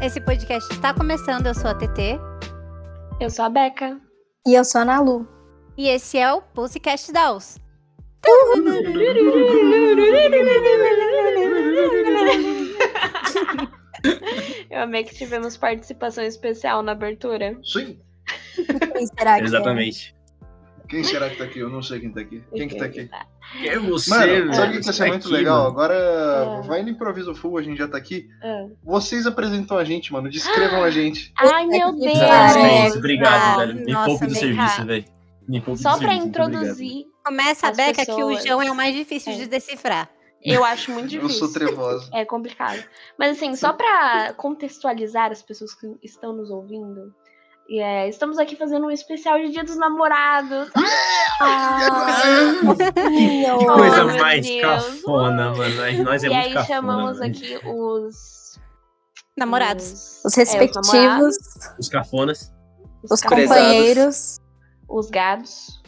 Esse podcast está começando, eu sou a TT. Eu sou a Beca. E eu sou a Nalu. E esse é o Pussycast Dolls. Eu amei que tivemos participação especial na abertura. Sim. Quem Tá será que é? Exatamente. Quem será que tá aqui? Eu não sei quem tá aqui. Quem que tá aqui? É você, Mano, sabe o velho, que vai você tá ser muito aqui, legal? mano. Agora É. vai no improviso full, a gente já tá aqui. Ah. Vocês apresentam a gente, mano. Descrevam a gente. Ai, meu Exatamente. Deus! Exatamente, é, Parece. obrigado, Ah, velho. Me nossa, poupe do vem cá. serviço, velho. Me poupe do Só pra serviço, muito obrigado. introduzir, Começa a As Beca que o pessoas. João é o mais difícil de decifrar. eu acho muito Eu sou É difícil. trevosa. É complicado. Mas assim, só pra contextualizar as pessoas que estão nos ouvindo, e, é, estamos aqui fazendo um especial de Dia dos Namorados. Ah. Que Oh, coisa meu mais Deus. cafona, mano. Nós- Nós é e muito aí cafona, chamamos velho. aqui os Namorados. Os, Os é, os namorados, respectivos, Os cafonas. os caras, prezados. companheiros. os gados.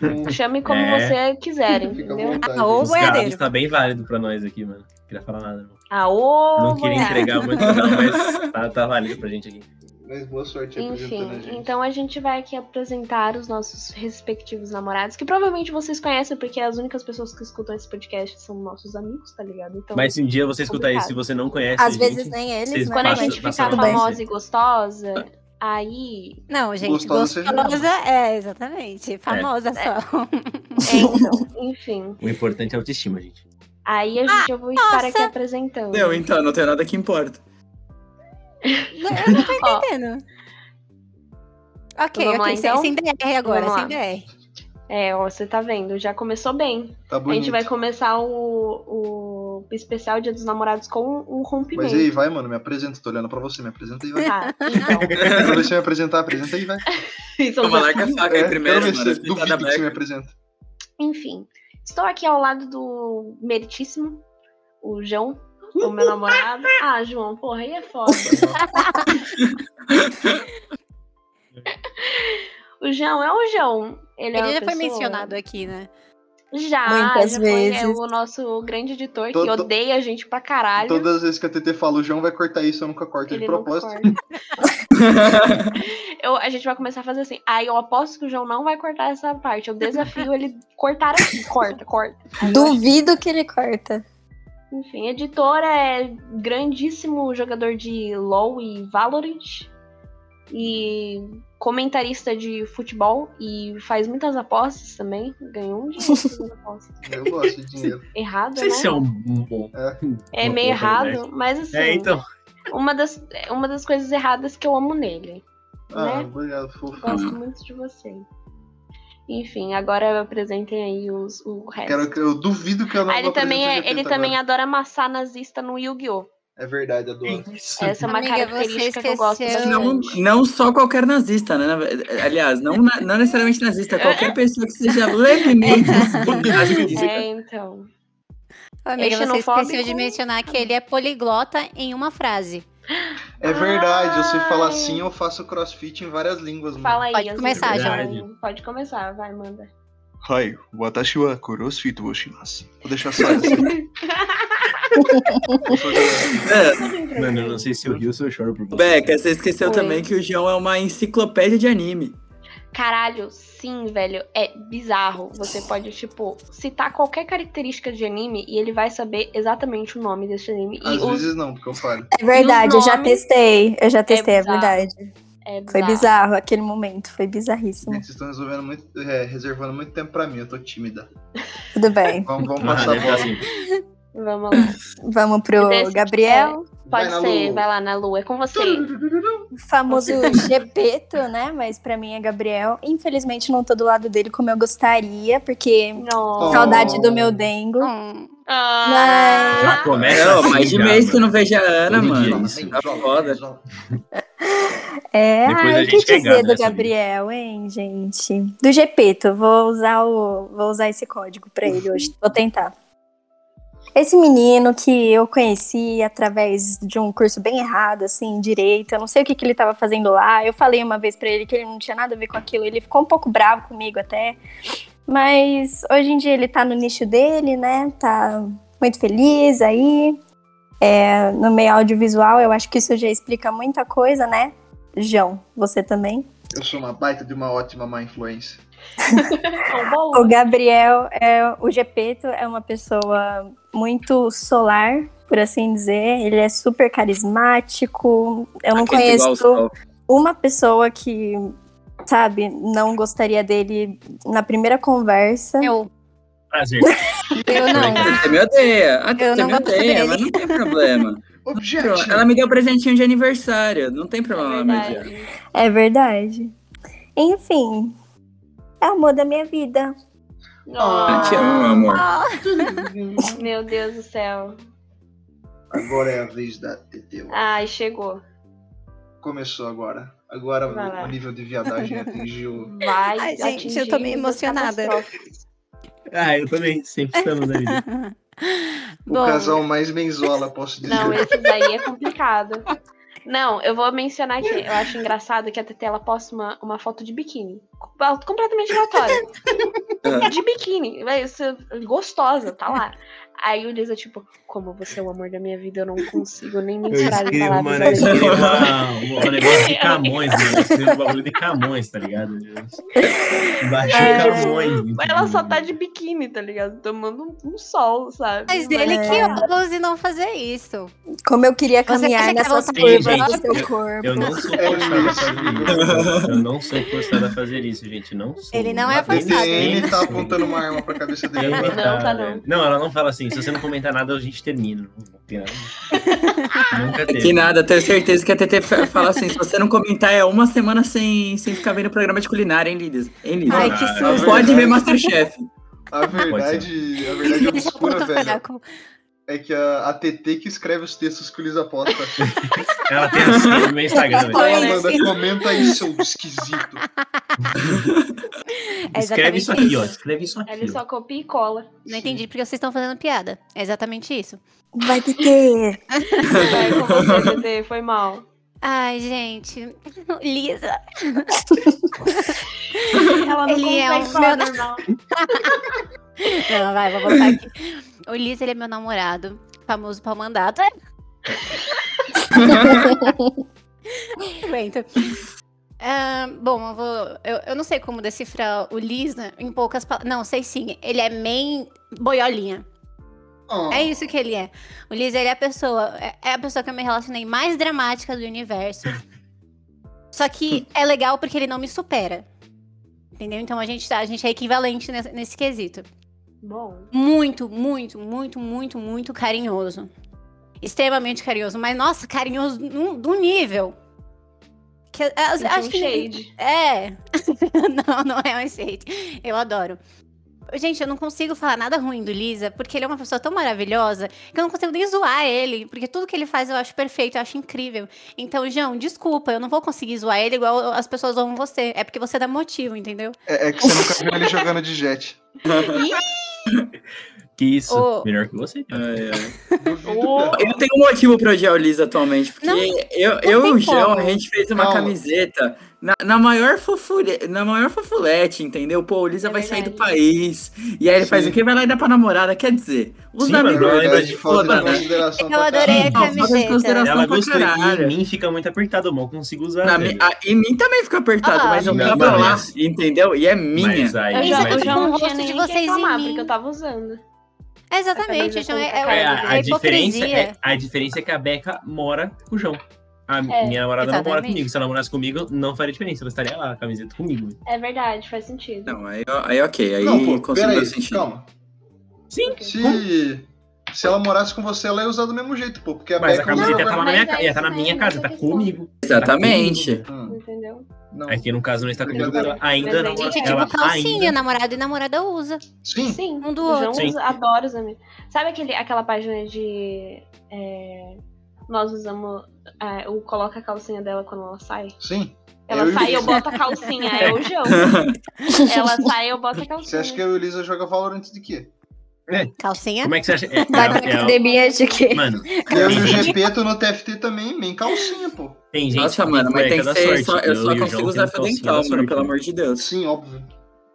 Hum, Chame como É. você quiser, Fica à entendeu? vontade. Ah, ou Os boiadeiro. gados tá bem válido pra nós aqui, mano. Não queria falar nada, não. Aô! Não queria boiadeiro. entregar muito, não, mas tá, tá válido pra gente aqui. Mas boa sorte apresentando a Enfim, gente. então a gente vai aqui apresentar os nossos respectivos namorados, que provavelmente vocês conhecem, porque as únicas pessoas que escutam esse podcast são nossos amigos, tá ligado? Então, Mas se um dia você escutar complicado. isso e você não conhece Às a gente, vezes nem eles, vocês né? quando a passa- gente passa ficar tudo bem. famosa e gostosa, aí. Não, gente, Gostosa seja gostosa é, exatamente. Famosa só. É, então, enfim. o importante é a autoestima, gente. Aí a gente eu vou estar aqui apresentando. Não, então, não tem nada que importa. Eu não tô Ó. entendendo. Ok, Vamos lá, ok. sem- então? Sem DR agora, Vamos sem lá. DR. É, ó, você tá vendo, já começou bem. Tá então A bonito. gente vai começar o, o especial Dia dos Namorados com um Mas e aí, rompimento. vai, mano. Me apresenta. Tô olhando pra você. Me apresenta e vai. Tá, então. Pra você me apresentar, apresenta aí, vai. Isso, Toma, larga a faca aí É, primeiro, quero ver assim, se mano. Tá da duvido que você me beca. apresenta. Enfim, estou aqui ao lado do meritíssimo, o João, o meu namorado. Ah, João, porra, aí é foda. Tá O João é o João. Ele, é Ele uma já foi pessoa- mencionado aqui, né? Já, Muitas já foi, é vezes. o nosso grande editor Todo- que odeia a gente pra caralho. Todas as vezes que a TT fala, o João vai cortar isso, eu nunca corto Ele tipo de nunca propósito. corta. Eu- a gente vai começar a fazer assim. Aí eu aposto que o João não vai cortar essa parte. Eu desafio ele cortar aqui. Corta, corta. Duvido que ele corta. Enfim, editor é grandíssimo jogador de LoL e Valorant. E comentarista de futebol e faz muitas apostas também. Ganhou um dinheiro fazendo apostas. Eu gosto de dinheiro. Errado, Não sei né? se é um bom. É. É uma meio boa errado, realidade. mas assim, um É, então. uma, das, é uma das coisas erradas que eu amo nele. Ah, Né? obrigado, fofo. Gosto muito de você. Enfim, agora apresentem aí os, o resto. Quero, eu duvido que eu não É. Ah, ele apresente também, o é- GT ele tá agora. também adora amassar nazista no Yu-Gi-Oh! É verdade, adoro. Isso. Essa é uma Amiga, você característica que eu gosto esqueceu- Não, bastante. não só qualquer nazista, né? Na- Aliás, não, na- não necessariamente nazista, qualquer pessoa que seja levemente nazista. É, Ô, então. Amiga, você esqueceu de Xenofóbico. mencionar que ele é poliglota em uma frase. É verdade, eu sei falar Ai. sim, eu faço crossfit em várias línguas, Fala aí. Pode Yas, começar, então. João. Pode começar, vai, manda. Hi, watashi wa crossfit wo shimasu. Vou deixar só essa. É, Mano, eu não sei se eu rio ou se eu choro por você. Beca, você esqueceu Oi. também que o João é uma enciclopédia de anime. Caralho, sim, velho. É bizarro. Você pode, tipo, citar qualquer característica de anime e ele vai saber exatamente o nome desse anime. E Às os... vezes não, porque eu falo. É verdade, eu já nomes- testei. Eu já testei, é, bizarro. verdade. É Foi bizarro. bizarro aquele momento, foi bizarríssimo. Vocês estão resolvendo muito, é, reservando muito tempo pra mim, eu tô tímida. Tudo bem. Vamos, vamos Ah, passar né, a bola. assim, Vamos lá. Vamos pro Desse- é, Gabriel, Pode na ser, lua. vai lá na lua. É com você. é famoso Gepeto, né? Mas pra mim é Gabriel. Infelizmente não tô do lado dele como eu gostaria, porque Oh. Nossa. saudade do meu dengo. Hum, Ah, Já começa Não, assim, É, mais de um já, mês mano. que eu não vejo a é Ana, Todo dia mano. isso. Tá foda. Oh. É, Depois ai, a o que gente dizer regala do essa Gabriel, hein, gente? Do Gepeto, vou usar o, vou usar esse código pra ele hoje, vou tentar. Esse menino que eu conheci através de um curso bem errado, assim, direito, eu não sei o que, que ele tava fazendo lá. Eu falei uma vez pra ele que ele não tinha nada a ver com aquilo, ele ficou um pouco bravo comigo até. Mas hoje em dia ele tá no nicho dele, né? Tá muito feliz aí. é, no meio audiovisual, eu acho que isso já explica muita coisa, né? João, você também? Eu sou uma baita de uma ótima má influência. Então, bom, O Gabriel, é, o Gepeto, é uma pessoa muito solar, por assim dizer. Ele é super carismático. Eu não Aquele igual ao conheço sol. uma pessoa que, sabe, não gostaria dele na primeira conversa. Eu, Prazer. eu não. A Tete me odeia. A Tete não me gosto odeia, dele. mas não tem problema. Objeto. Ela me deu um presentinho de aniversário. Não tem problema ela me odiar. verdade. É verdade. Enfim, é o amor da minha vida. Nossa, Eu Ah, te amo, amor. Meu Deus do céu. Agora é a vez da Teteu. Ai, chegou. Começou agora. Agora Vai lá. o nível de viadagem atingiu. Vai. Ai, gente, atingir eu tô meio níveis emocionada. catastróficos. Ah, eu também. Sempre estamos ali. O Bom, casal mais benzola, posso dizer. Não, esse daí é complicado. Não, eu vou mencionar que eu acho engraçado que a Tete ela posta uma, uma foto de biquíni. Com- Completamente aleatória. É. de biquíni. vai ser Gostosa, tá lá. Aí o Lisa, tipo, como você é o amor da minha vida, eu não consigo nem Eu mensurar em escrevo, mano, palavras. eu escrevi. escrevo uma, um negócio de Camões, mano. Eu escrevo um bagulho de Camões, tá ligado? Baixou Camões. Mas ela só tá de biquíni, tá ligado? Tomando um, um sol, sabe? É. mas ele que É. ouse não fazer isso. Como eu queria Você acha caminhar que nas ela suas tá curvas bem, do gente? seu corpo. Eu não sou forçado a fazer isso. Eu não sou forçado a fazer isso, gente. Não sou. Ele não é Nada. forçado. Ele tá apontando uma arma pra cabeça dele Ele agora. Não, tá velho. não. Não, ela não fala assim. Se você não comentar nada, a gente termina. Não tem nada. Nunca teve. Que nada, tenho certeza que a TT fa- fala assim: se você não comentar, é uma semana sem, sem ficar vendo programa de culinária, hein, Lides? Hein, Lides? Ai, Ah, que é susto. Pode ver Masterchef. A verdade, a verdade Ele deixa obscura, ponto é velho, fraco. é que a, a TT que escreve os textos que o Lisa posta. Ela tem assim no meu Instagram. velho. Olha, Ela manda, sim. comenta aí, seu esquisito. É exatamente Escreve isso aqui, ó. isso. Escreve isso aqui. Ele ó. é só copia e cola. Não entendi porque vocês estão fazendo piada. É exatamente isso. Vai ter. Vai com você, Tete, foi mal. Ai, gente. Lisa. Ela não Ele é consegue um- falar normal. Não, vai, vou voltar aqui. O Lisa, ele é meu namorado. Famoso pau mandado. É. Aguento. Ah, bom, eu vou. Eu, eu não sei como decifrar o Lisa em poucas palavras. Não, sei sim. Ele é main boiolinha. Oh, É isso que ele é. O Liz, ele é a pessoa. é- É a pessoa que eu me relacionei mais dramática do universo. Só que é legal porque ele não me supera. Entendeu? Então a gente, tá- a gente é equivalente nesse, nesse quesito. Bom, Muito, muito, muito, muito, muito carinhoso. Extremamente carinhoso. Mas, nossa, carinhoso num- do nível. Que, eu- eu- senti um acho que shade. é. não, não é um shade. Eu adoro. Gente, eu não consigo falar nada ruim do Lisa, porque ele é uma pessoa tão maravilhosa que eu não consigo nem zoar ele, porque tudo que ele faz eu acho perfeito, eu acho incrível. Então, João, desculpa, eu não vou conseguir zoar ele igual as pessoas zoam você. É porque você dá motivo, entendeu? É, é que você nunca viu ele jogando de jet. Que isso. Ô. Melhor que você. cara. Ai, ai. Duvido. Ô, cara. Eu tenho um motivo pra odiar o Liz atualmente, porque Não, eu, eu e tem o João, como. a gente fez uma Calma. camiseta na, na maior fofule, na maior fofulete, entendeu? Pô, o Lisa É vai sair do verdade. país, e aí ele faz Sim. o quê? Vai lá e dá pra namorada, quer dizer, os Sim, Na mas amigos... não lembra verdade, de falta de foda, né? consideração Eu pra adorei caralho. a Não, falta de É, camiseta. consideração Ela pra gostou e em caralho. mim fica muito apertado, mal consigo usar. Na velho. mi- ah, em mim também fica apertado, Ah, mas eu não, tava lá, mas- entendeu? E é minha. Mas tipo, aí, eu Isso já, é eu mas- tudo já com o não rosto tinha de nem que vocês em reclamar, mim. porque eu tava usando. É exatamente, João. É, é, É, é a, a diferença hipocrisia. é, a diferença é que a Beca mora com o João. A É, minha namorada não mora exatamente. comigo. Se ela morasse comigo, não faria diferença. Ela estaria lá, a camiseta comigo. É verdade, faz sentido. Não, aí, aí ok, aí Não, pô, consigo peraí, sentir. calma. Sim. Se, se ela morasse com você, ela ia usar do mesmo jeito, pô. Porque a Mas a Becca não camiseta joga- tá lá na mas minha aí casa. Ia tá na também minha é casa, tá outra questão. comigo. Exatamente. Hum, Entendeu? não. Aqui no caso não está comigo, porque Brincadeira. ela ainda não Mas aí- ela Gente, é tipo calcinha, ainda- namorado e namorada usa. Sim, Sim. Um do O João outro. Sim. usa- adora os amigos. Sabe aquele, aquela página de. é, nós usamos. é, o coloca a calcinha dela quando ela sai? sim. Ela Eu e o sai, eu Lisa. boto a calcinha. É o João. Ela sai, eu boto a calcinha. Você acha que eu e o Lisa joga Valorant de quê? Calcinha? Como é que você acha? É, Vai é- pra é- academia de quê? Mano, Eu e o Sim. Gepeto no TFT também, nem calcinha, pô. tem gente. Nossa, que mano, mas cueca tem que da sorte. ser. só- eu e o só João consigo tem usar calcinha né? fio dental, da mano, sorte. pelo amor de Deus. Sim, óbvio.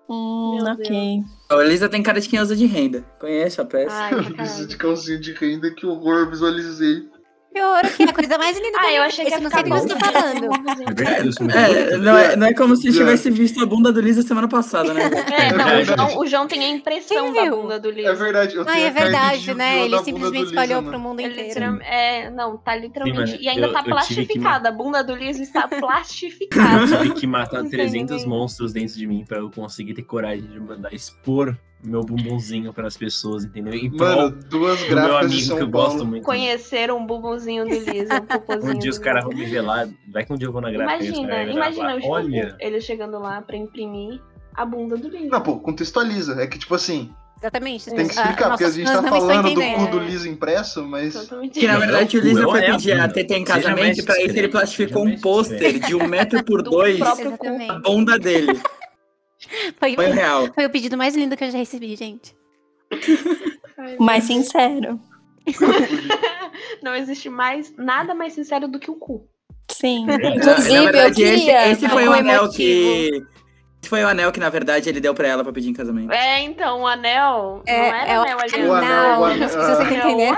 Hum, Meu ok. A Elisa tem cara de quem usa de renda. Conheço a peça. Ai, Eu preciso de calcinha de renda, que horror, visualizei. Eu ouro que é a coisa mais linda. Ah, do eu mundo. achei que Esse ia não ficar sei do que eu bom. estou falando. É verdade, eu sou muito É, bonito. não é, não é como se Já. tivesse visto a bunda do Lisa semana passada, né? É, não, o verdade. João, o João tem a impressão Quem da viu? bunda do Liz. É verdade, eu Ah, tenho é a carta de verdade, Yu-Gi-Oh! né? na Ele bunda do simplesmente Lisa, espalhou um mano. pro mundo né? Ele inteiro. literam- é, não, tá literalmente. Sim, mas e ainda eu- tá eu tive que plastificada. A bunda do Liz está Eu plastificada. tive que matar Não tem 300 ninguém. monstros dentro de mim pra eu conseguir ter coragem de mandar expor meu bumbumzinho pras pessoas, entendeu? Em prol Mano, duas do meu gráficas de amigo que eu São gosto Paulo. muito. Conheceram um bubuzinho do Liz, um pupuzinho. Um dia os do caras Liz. vão me velar. Vai que um dia eu vou na gráfica e os Imagina, caras vão me imagina gravar. o João, Olha, ele chegando lá pra imprimir a bunda do Liz. Não, pô, contextualiza. É que, tipo assim, Exatamente. tem que Ah, explicar, porque a nossas gente fãs tá não estão falando do entendendo. né? cu do Lisa impresso, mas. Totalmente Que na verdade o Lisa Eu foi é a pedir a bunda. TT Seja em casamento mais e pra isso ele discreto, plastificou um seja mais pôster de um metro por Do dois próprio a Exatamente. bunda dele. Foi, Foi real. foi o pedido mais lindo que eu já recebi, gente. O mais sincero. Não existe mais nada mais sincero do que o cu. Sim. É, Inclusive, Na verdade, eu esse, queria. esse foi o algum anel motivo. que. Esse foi o anel que, na verdade, ele deu pra ela pra pedir em casamento. É, então, o anel. É, não era né? é o anel, aliás. O anel, o ah. As pessoas têm que É o entender.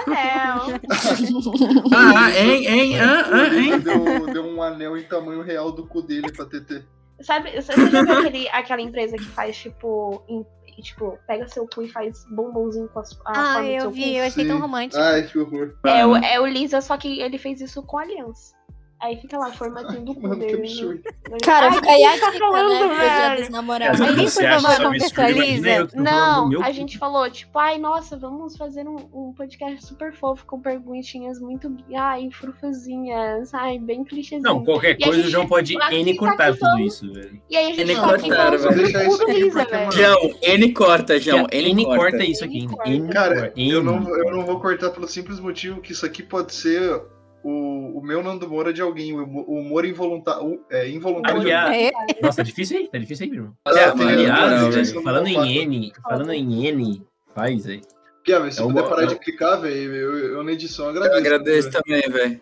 anel. Ah, ah, hein, hein, ah, ah, hein. Deu, deu um anel em tamanho real do cu dele pra TT. Sabe, você já viu aquele, aquela empresa que faz, tipo, em- tipo, pega seu cu e faz bombonzinho com as, a Ah, forma do eu seu vi, eu achei Sim. Ah, tão romântico. Ai, que horror. Ah. cu? É o, é o Lisa, só que ele fez isso com a aliança. Aí fica lá, formatinho do cu Mano, que dele. absurdo. né? Cara, Ai, fica aí a tá dica, falando, é né? Pro dia velho? dos As namorados. Mas nem pessoas por se acham favor, absurdo, imagina eu que tô falando do Não, meu a cu. gente falou, tipo, ai, nossa, vamos fazer um, um podcast super fofo com perguntinhas muito, ai, frufazinhas, ai, bem clichêzinho. Não, qualquer E a coisa gente- o João pode aqui N tá cortar aqui, tudo vamos- isso, velho. E aí a Ele gente fala aqui cortaram, falando sobre velho. o cu do Deixa isso Lisa, aqui, velho. porque, João, N corta, João. N, N corta. corta isso aqui. N Cara, corta, eu N não, eu corta. não vou cortar pelo simples motivo que isso aqui pode ser o, o meu Nando Moura de alguém, o humo- o humor involuntário. É, involuntário. de Aliás, É, Nossa, tá difícil aí, tá difícil aí, irmão. alguém. Ah, mano, Aliás, não, velho, isso não falando concordo. em N, falando em N, faz aí. Pia, mas se É um puder bom- parar é um- de clicar, velho, eu, eu na edição agradeço. Eu agradeço cara. também, velho.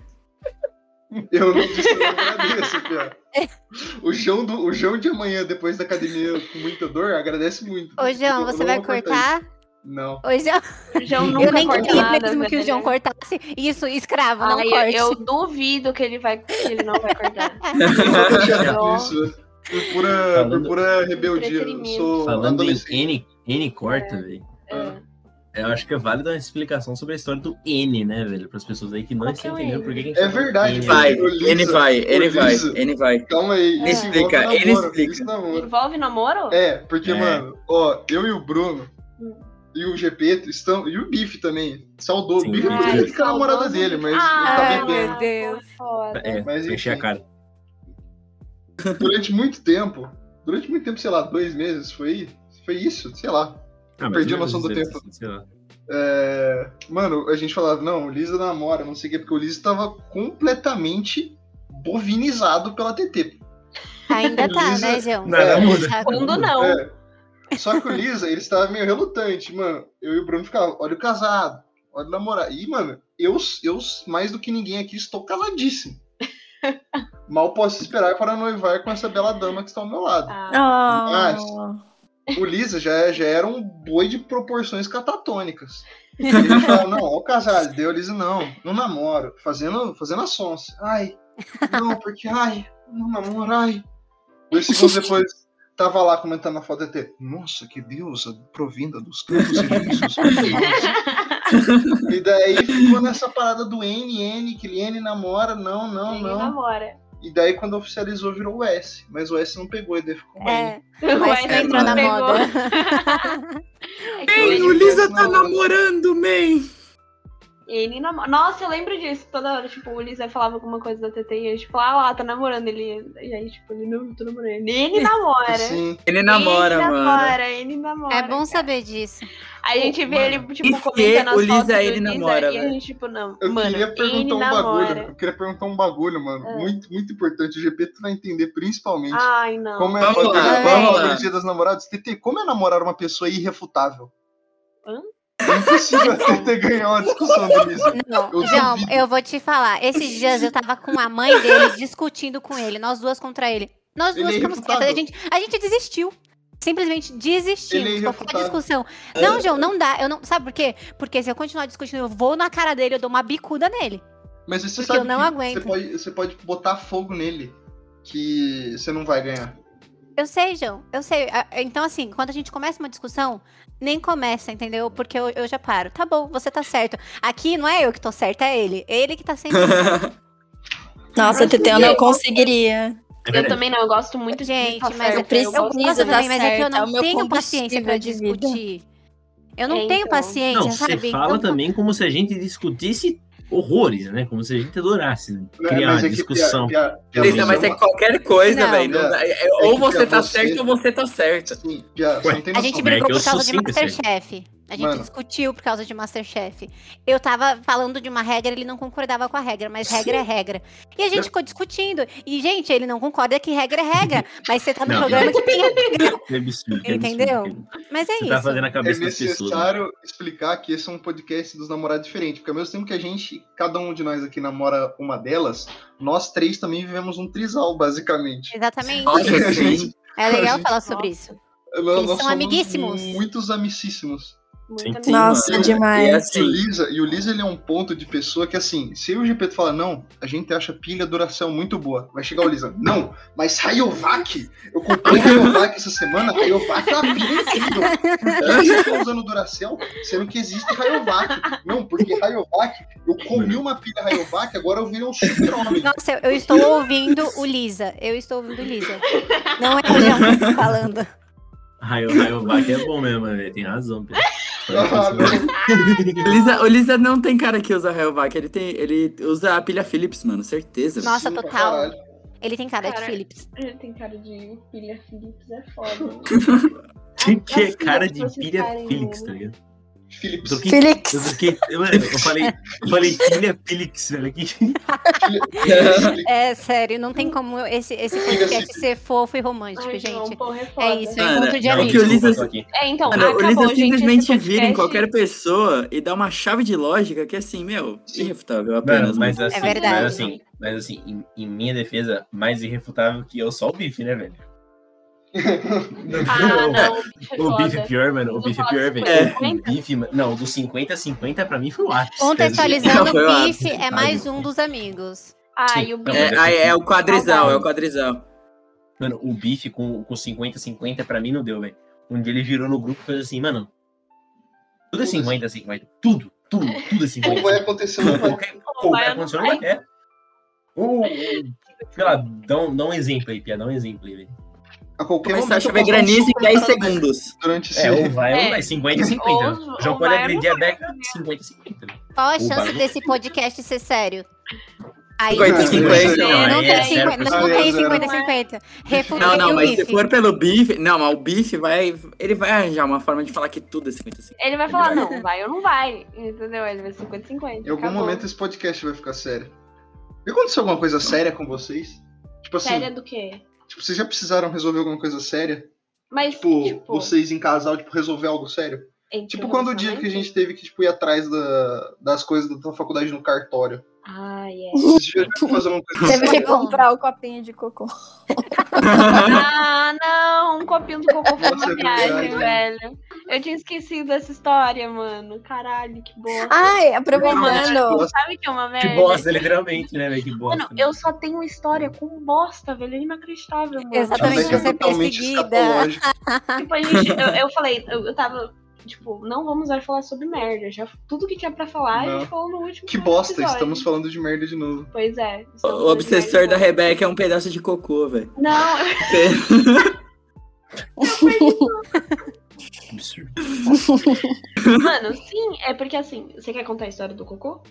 Eu na edição agradeço, Pia. O João, do, o João de amanhã, depois da academia com muita dor, agradece muito. Ô, Eu João, não você vai vou isso. cortar? Não. Ô, João, O João Eu nunca eu nem corta queria nada, né? mesmo que o velho. João cortasse. Isso, escravo, não Ai, eu- um corte. eu duvido que ele vai, que ele não vai cortar. Eu vou deixar João. Uhum. isso. Por pura, por Falando- pura rebeldia. Eu sou Falando em adolescente. N, N corta, velho. É. Eu acho que é válido uma explicação sobre a história do N, né, velho? Para as pessoas aí que não Qual estão que é o entendendo N? por que que a gente É tá falando verdade, N, Vai, velho. Lisa, N vai, N vai, Lisa. N vai. Calma aí. Ele isso explica, envolve ele namoro, explica. Isso namoro. Envolve namoro? É, porque, É. mano, ó, eu e o Bruno Hum. e o GP estão. E o Bife também. Saudou. Sim, O Bife Bife. não fica é a saudoso. namorada dele, mas Ai, ele tá é. bebendo. meu Deus. foda. É, Mas fechei a enfim. cara. Durante muito tempo. Durante muito tempo, sei lá, dois meses, foi, foi isso, sei lá. Ah, mas Perdi a eu noção do sei, tempo. sei lá. É, mano, a gente falava, não, o Lisa namora, não sei o quê, porque o Lisa tava completamente bovinizado pela TT. Ainda tá, Lisa- né, João? Nada muda. Tá- Fundo não. É. Só que o Lisa, ele estava meio relutante, mano. Eu e o Bruno ficavam, olha o casado, olha o namorado. E, mano, eu, eu mais do que ninguém aqui estou casadíssimo. Mal posso esperar para noivar com essa bela dama que está ao meu lado. Ah, Oh. O Lisa já, já era um boi de proporções catatônicas. Ele falava, não, ó o casado. Deu, Lisa, não, não namoro. Fazendo, fazendo a sonsa. Ai, não, porque, ai, não namoro, ai. Dois segundos depois, tava lá comentando na foto ET. Nossa, que deusa provinda dos campos elíseos. Nossa. e daí ficou nessa parada do NN, que N namora, não, não, ele Ah, não. namora. E daí quando oficializou virou o S, mas o S não pegou, e daí ficou um N. É, mas O não Wesley entrou na pegou. moda. É que Ei, ele- o Lisa tá namorando, man! Ele namora. Nossa, eu lembro disso. Toda hora, tipo, o Lisa falava alguma coisa da TT e eu, tipo, ah lá, tá namorando. Ele. E aí, tipo, ele não tô namorando. Ele, ele namora. Sim, Ele namora, ele mano. namora, ele namora. É bom saber disso. A gente vê Mano, ele, tipo, e comentando se as o Lisa, fotos do ele Lisa, namora, E a velho? gente, tipo, não. eu mano, queria perguntar ele um namora. bagulho. Eu queria perguntar um bagulho, mano. É. Ah. Muito, muito importante. O GP tu vai entender principalmente. Ah, Ai, não. Como é Vamos a foto lá, da- vamos a foto lá. do Dia das namoradas? TT, como é namorar uma pessoa irrefutável? Hã? É impossível a TT ganhar uma discussão do Lisa. Não, Eu João, duvido. eu vou te falar. Esses dias eu tava com a mãe dele discutindo com ele, nós duas contra ele. Nós Ele duas é ficamos irrefutável. quietas, a gente, a gente desistiu. simplesmente desistimos Ele é de qualquer irrefutável. discussão. Não, João, não dá. Eu não, sabe por quê? Porque se eu continuar discutindo, eu vou na cara dele, eu dou uma bicuda nele. Mas você Porque sabe eu não que aguento. Você pode, você pode botar fogo nele que você não vai ganhar. Eu sei, João, eu sei. Ah, Então, assim, quando a gente começa uma discussão, nem começa, entendeu? Porque eu, eu já paro. Tá bom, você tá certo. Aqui não é eu que tô certa, é ele. Ele que tá sendo. Nossa, Tetê, eu não conseguiria. É Eu verdade. também não, eu gosto muito de Gente, tá mas é certo, eu eu preciso. gosto Eu preciso gosto bastante. dar também, mas é que eu certo, é não o meu tenho paciência pra combustível de vida. discutir. Eu não É, tenho então. paciência, Não, sabe? você fala Então, também como se a gente discutisse horrores, né? Como se a gente adorasse Né? criar Mas é que discussão. Pia- Pia- Pia- Vocês Isso, Não, mas é é uma- qualquer coisa, Não. velho. não dá- é- é- que ou você tá você- certo ou você tá certo. Sim, Pia, você Ué, não tem A noção. gente Como é brigou que eu por causa sou de simples, gente? Masterchef. A gente Mano. discutiu por causa de Masterchef. Eu tava falando de uma regra, ele não concordava com a regra, mas regra é regra. E a gente ficou discutindo. E, gente, ele não concorda que regra é regra. mas você tá no Não, programa que tem regra. Que absurdo, que absurdo, Entendeu? que absurdo. Mas é Você tá isso. fazendo a É cabeça das pessoas. né? necessário explicar que esse é um podcast dos namorados diferentes, porque ao mesmo tempo que a gente, cada um de nós aqui namora uma delas, nós três também vivemos um trisal, basicamente. Exatamente. Nossa, A gente- sim. É legal gente, falar sobre isso. Eles Nós, nós são somos amiguíssimos. Muitos amicíssimos. Muito Sim. amigo. Sim, Nossa, mano. demais. E E o assim, Lisa, e o Lisa ele é um ponto de pessoa que assim, se o Gepeto falar não, a gente acha pilha duração muito boa. Vai chegar o Lisa, não, mas Rayovac, eu comprei Rayovac essa semana, Rayovac é uma pilha incrível. Por que você tá usando Duracell, sendo que existe Rayovac? Não, porque Rayovac, eu comi uma pilha Rayovac, agora eu virei um super-homem. Nossa, eu, eu estou ouvindo o Lisa. Eu estou ouvindo o Lisa. Não é o João que tá falando. Raio, raio, vaca é bom mesmo, né? Tem razão. Pedro. Ah, né? não. o Lisa, o Lisa não tem cara que usa Rayovac, ele tem, ele usa a pilha Philips, mano, certeza. velho. Nossa, Sim, assim, pra total. caralho. Ele tem cara, de Cara, Philips. Ele tem cara de pilha Philips, é foda. Que, que é Assim, cara se de vocês pilha ficarem- Felix, tá ligado? Philips, Eu fiquei- Felix. eu fiquei- eu, eu falei, eu falei pilha Felix, velho. Que, Philips, É, sério, não tem como esse, esse podcast ser fofo e romântico, Ai, não, gente. porra, é foda. É isso, é Cara, encontro de Não, é amigos. que o Ulisses- desculpa, tô aqui. É, então, Mano, o acabou, Lisa gente, simplesmente esse podcast. vira em qualquer pessoa e dá uma chave de lógica que é assim, meu, irrefutável apenas. né? Mano, mas mano. assim, é verdade. mas assim, mas assim, em, em minha defesa, mais irrefutável que eu, só o bife, né, velho? Ah, não, o bife é O foda. bife é pior, mano. O Vamos bife é falar pior, dos velho. É, O 50? bife, mano. Não, do 50 a 50 pra mim foi o ápice. Contextualizando, Foi o lá, bife é verdade. mais um dos amigos. Ah, Sim. e o Não, bife. É, aí é o Tá quadrizal, é o quadrizal. Mano, o bife com, com 50 50 pra mim não deu, velho. Um dia ele virou no grupo e fez assim, mano. Tudo é 50 50. Tudo, tudo, tudo é 50. não vai acontecer Tudo, nada. Qualquer Não vai, qualquer aconteceu não não vai. É. O, o- sei lá, dá um, dá um exemplo aí, Pia, dá um exemplo aí, velho. A qualquer Começar momento a eu chover posso dar um granizo em soco 10 na cara dele segundos. Durante esse É, ou vai ou É. não vai, 50 50. Ou- O ou João pode vai né? ou agredir a não vai. Beca 50 50. Qual a O chance bagulho- desse podcast ser sério? Aí, Vai ter não, 50, não, aí é tem zero 50, não, pessoal. tem É zero. 50 50. Refutei Não, não, o mas se bife. for pelo bife. Não, mas o bife vai. Ele vai arranjar uma forma de falar que tudo é 50 50. Ele vai falar, não, vai ou não vai. Entendeu? Ele vai 50-50. Em algum acabou. momento esse podcast vai ficar sério. E aconteceu alguma coisa séria com vocês? Tipo assim, Séria é do quê? tipo, vocês já precisaram resolver alguma coisa séria? Mas, Tipo, tipo, vocês em casal, tipo, resolver algo sério? entre Tipo, quando o dia que a gente teve que tipo, ir atrás da- das coisas da tua faculdade no cartório. Ah, é. Vocês tiveram que fazer alguma coisa Teve séria? que comprar o copinho de cocô. assim. Ah, não, um copinho do cocô foi Nossa, uma é verdade, viagem, velho. Eu tinha esquecido dessa história, mano. Caralho, que boa. Ah, Ai, Não, aproveitando. mas- Sabe que é uma Que merda? bosta, literalmente, né, velho? Que bosta. Mano, eu só tenho história com bosta, velho. É inacreditável, mano. Exatamente, Isso daí você é perseguida. escatológico. Tipo, a gente, eu, eu falei, eu, eu tava, tipo, não vamos mais falar sobre merda. Já, tudo que tinha pra falar, a Não. gente falou no último. Que bosta, episódio. estamos falando de merda de novo. Pois é. O estamos o falando de obsessor da merda. Rebeca é um pedaço de cocô, velho. Não, Que absurdo. eu- mano, sim, é porque assim, você quer contar a história do cocô?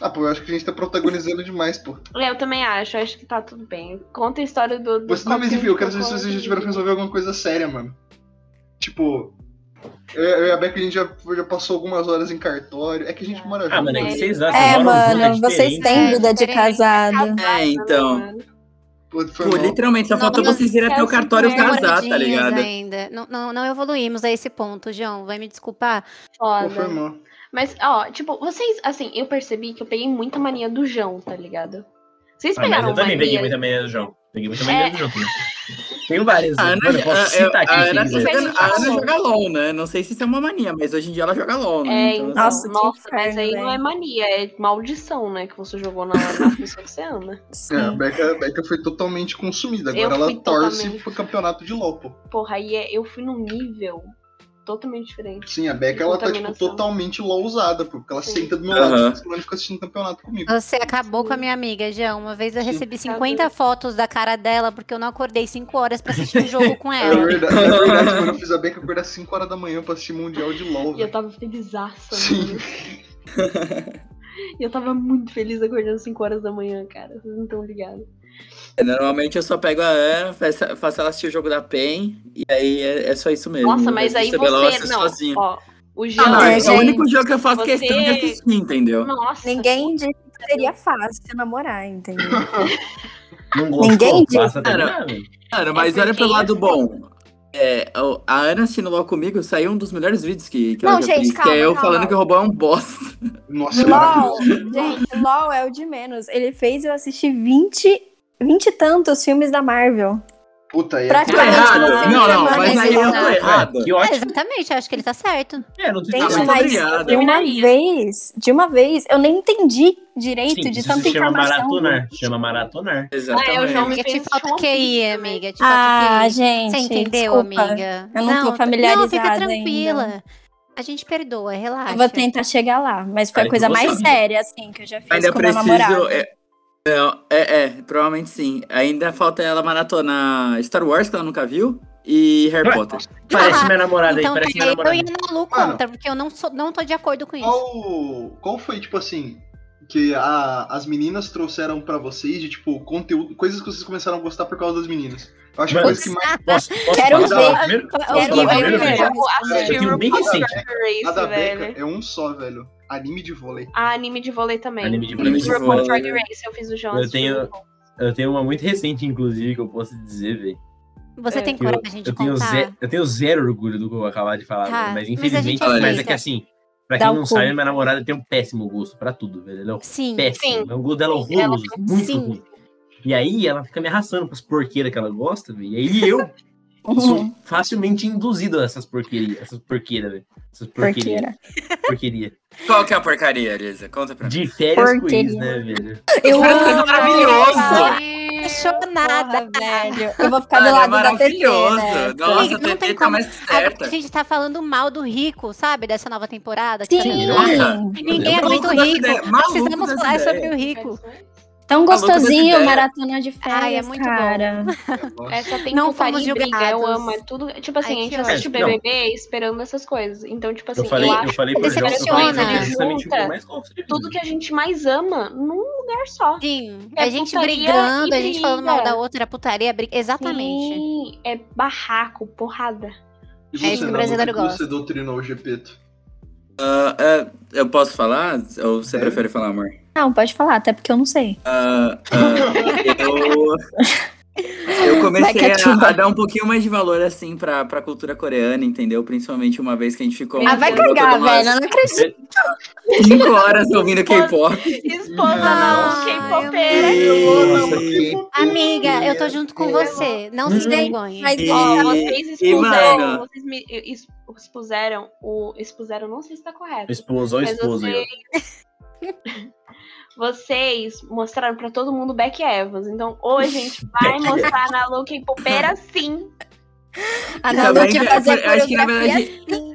Ah, pô, eu acho que a gente tá protagonizando demais, pô. É, Eu também acho, acho que tá tudo bem. Conta a história do. do Você não, mas enfim, eu quero saber se cocô vocês já de- tiveram que resolver alguma coisa séria, mano. Tipo, eu, eu e a Beck, a gente já, já passou algumas horas em cartório. É que a gente mora Ah, mano, é que Sério. vocês lá, É, vocês moram junto, mano, vocês diferente, têm né? vida de Diferente. casado. É, então. Mano. Pô, foi Pô, mal. literalmente, só Não, faltou mas vocês irem até o quero cartório ser casar, tá Namoradinhos é. ligado? ainda. Não, não, não evoluímos a esse ponto, João. Vai me desculpar. Pô, foi Foda. mal. Mas, ó, tipo, vocês, assim, eu percebi que eu peguei muita mania do Jão, tá ligado? Vocês Ah, mas pegaram eu também peguei mania? muita mania do João. Peguei muita mania É. do João. também. Tenho várias. A né? Ana, Mano, eu posso a- citar aqui a se Ana- quiser. a Ana- a Ana Sim. joga LOL, né? Não sei se isso é uma mania, mas hoje em dia ela joga LOL, né? É, Então, então, Nossa, nossa, que mas inferno, aí não é velho. mania, é maldição, né? Que você jogou na, na pessoa que você ama. Sim. É, a Becca, a Becca foi totalmente consumida. Eu Agora ela fui torce totalmente. pro campeonato de LOL, pô. Porra, aí é- eu fui num nível totalmente diferente. Sim, a Becca ela tá tipo, Contaminação. totalmente LOLzada, pô. Porque ela Sim. senta do meu Aham. lado e fica assistindo campeonato comigo. Você acabou com a minha amiga, Jean. Uma vez eu recebi Sim. 50 fotos da cara dela porque eu não acordei 5 horas pra assistir um jogo com É ela. verdade, é verdade, mano. Eu fiz a Becca acordar 5 horas da manhã pra assistir Mundial de LOL. E eu velho. tava felizaça. Sim. mano. E eu tava muito feliz acordando 5 horas da manhã, cara. Vocês não estão ligados. Normalmente eu só pego a Ana, faço, faço ela assistir o jogo da PEN, e aí é, é só isso mesmo. Nossa, Eu mas aí assisto ela, eu você. assisto Não, sozinha. ó. O Ah, não, é, Jean. o gente, único jogo que eu faço questão de você- assistir, entendeu? Nossa, Ninguém disse que seria fácil se namorar, entendeu? Não gostou? Ninguém diz, Passa cara. terminar, velho. Cara, mas é porque olha pelo eu- lado bom. É, o- a Ana assistindo LOL comigo saiu um dos melhores vídeos que, que Não, ela já gente, fez, calma, que é eu calma. falando que o robô é um boss. Nossa, LOL, maravilhoso. gente, LOL é o de menos. Ele fez eu assistir 20, 20 e tantos filmes da Marvel. Puta, é. Tá Praticamente. errado. não tem Não, não, nada mas a aí eu ver. tô errado. Que É, ótimo. exatamente, acho que ele tá certo. É, não sei se Gente, Gente, muito tá- mas obrigado. de uma Terminaria. vez, de uma vez, eu nem entendi direito Sim, de isso tanta se chama informação. né? maratonar. Chama maratonar. Exatamente. Ah, eu já me- Porque te penso falta One QI, Piece amiga. Te falta Ah, QI. gente, Você entendeu, desculpa. amiga? Eu não t- tô Não, fica familiarizada tranquila. A gente perdoa, relaxa. Eu vou tentar chegar lá, mas foi Olha que a coisa você mais sabe. séria, assim, que eu já fiz Ainda com meu preciso. namorado. É, não, é, é, provavelmente sim. Ainda falta ela maratonar Star Wars, que ela nunca viu, e Harry Ué, Potter. Ah, Parece minha namorada aí, Então, parece minha peraí, eu ia namorada. na Lu Mano. contra, porque eu não, sou, não tô de acordo com isso. Qual, qual foi, tipo assim, que a- as meninas trouxeram pra vocês de, tipo, conteúdo, coisas que vocês começaram a gostar por causa das meninas? Eu acho que a Mano, coisa que mais. Posso, posso Quero falar ver. primeiro? Eu Posso falar quero ver primeiro, primeiro. velho? Eu assisti Eu tenho bem RuPaul's recente. Drag A da Race, Beca velho. é um só, velho. Anime de vôlei. Ah, anime de vôlei também. Anime de vôlei. RuPaul's Drag Vôlei. Race, eu fiz o João. Eu assistir tenho- RuPaul. Eu tenho uma muito recente, inclusive, que eu posso dizer, velho. Você É. tem Eu, coragem de eu, tenho contar? ze- eu tenho zero orgulho do que eu acabar de falar, Tá, velho, mas mas a gente infelizmente, mas, é aceita. que assim, pra Dá quem o não cu. sabe, minha namorada tem um péssimo gosto pra tudo, velho. Ela é um Sim. péssimo, é um gosto dela Sim, ela horroroso, tem- muito sim. ruim. E aí ela fica me arrastando pras porqueiras que ela gosta, velho. E aí eu Uhum, sou facilmente induzido a essas porquerias, essas porqueiras, velho. Essas porquerias, porqueira. porqueria. Qual que é a porcaria, Elisa? Conta pra mim. De férias com Porqueria. isso, né, velho? Eu Essa coisa amo, maravilhosa. cara. Apaixonada. Porra, velho. Eu vou ficar do Cara, lado é da TT, maravilhoso. Nossa, né? Não a tem TT tá como- mais Agora, certa. a gente tá falando mal do Rico, sabe? Dessa nova temporada. que tá Sim. eu saindo. acho. Ninguém Maluco aguenta o das Rico. ideias, maluco Precisamos das falar sobre ideias. o é Rico. Tão Maluco Tá dessa gostosinho ideia. o maratona de férias, Ai, é muito bom. cara. Nossa. Essa É tem Não putaria fomos e briga, eu julgados. amo. É tudo, tipo assim, Ai, a gente que assiste o ótimo. BBB esperando essas coisas. Então, tipo assim, Eu falei, eu acho falei que pro João, eu falei pra decepciona, ele justamente o que eu junta mais gosto de tudo tudo que a gente mais ama num lugar só. Sim. É a gente putaria brigando, e a gente falando mal briga. da outra, putaria, briga. Exatamente. Sim, é barraco, porrada. E É isso que o Nalu, brasileiro que gosta. Você doutrinou o Gepeto. Ah, ah, eu posso falar? Ou você É. prefere falar, amor? Não, pode falar, até porque eu não sei. Ah, ah, eu, eu Vai que é comecei a, ativa. a dar um pouquinho mais de valor, assim, pra, pra cultura coreana, entendeu? Principalmente uma vez que a gente ficou... Ah, Ah, muito vai tempo, cagar, umas velho. Eu não acredito. Cinco horas ouvindo K-pop. Esposa Nossa, não, é eu K-popera. Amiga, eu tô junto com você. Não se Hum. assim, envergonhe. Mas, Ó, ó, vocês e, expuseram, mano? vocês me ex- expuseram o. Expuseram, não sei se tá correto. Esposa, olha Mas a esposa aí, ó. Vocês mostraram pra todo mundo Beck Evans. Então, hoje a gente vai Beck mostrar na Lu K-popera sim. a Não, Nalu mas quer é- fazer eu acho que, na coreografia verdade, assim. Toda-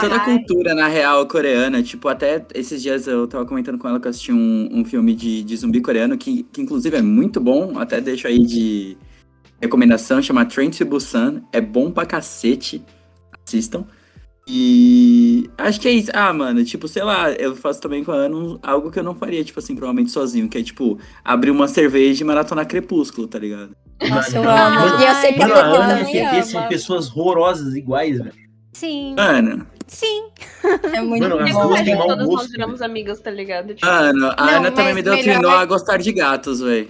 Toda a Vai. cultura, na real, coreana. Tipo, até esses dias eu tava comentando com ela que eu assisti um, um filme de, de zumbi coreano, que, que inclusive é muito bom. Até deixo aí de recomendação, chama Train to Busan. É bom pra cacete. Assistam. E acho que é isso. Ah, mano, tipo, sei lá, eu faço também com a Ana um- algo que eu não faria, tipo assim, provavelmente sozinho, que é tipo, abrir uma cerveja e maratonar crepúsculo, tá ligado? Nossa, eu Mano, amo. E eu sei que a Mano, Mano, a Nalu é Ana e também a TT são ama. pessoas horrorosas iguais, velho. Sim. Ana, Sim. É muito Mano, Porque as duas bom. como a têm gente mau todas nós gosto. viramos amigas, tá ligado? Tipo, Ana, a Não, Ana também mas me deu melhor- treinou a gostar de gatos, veley.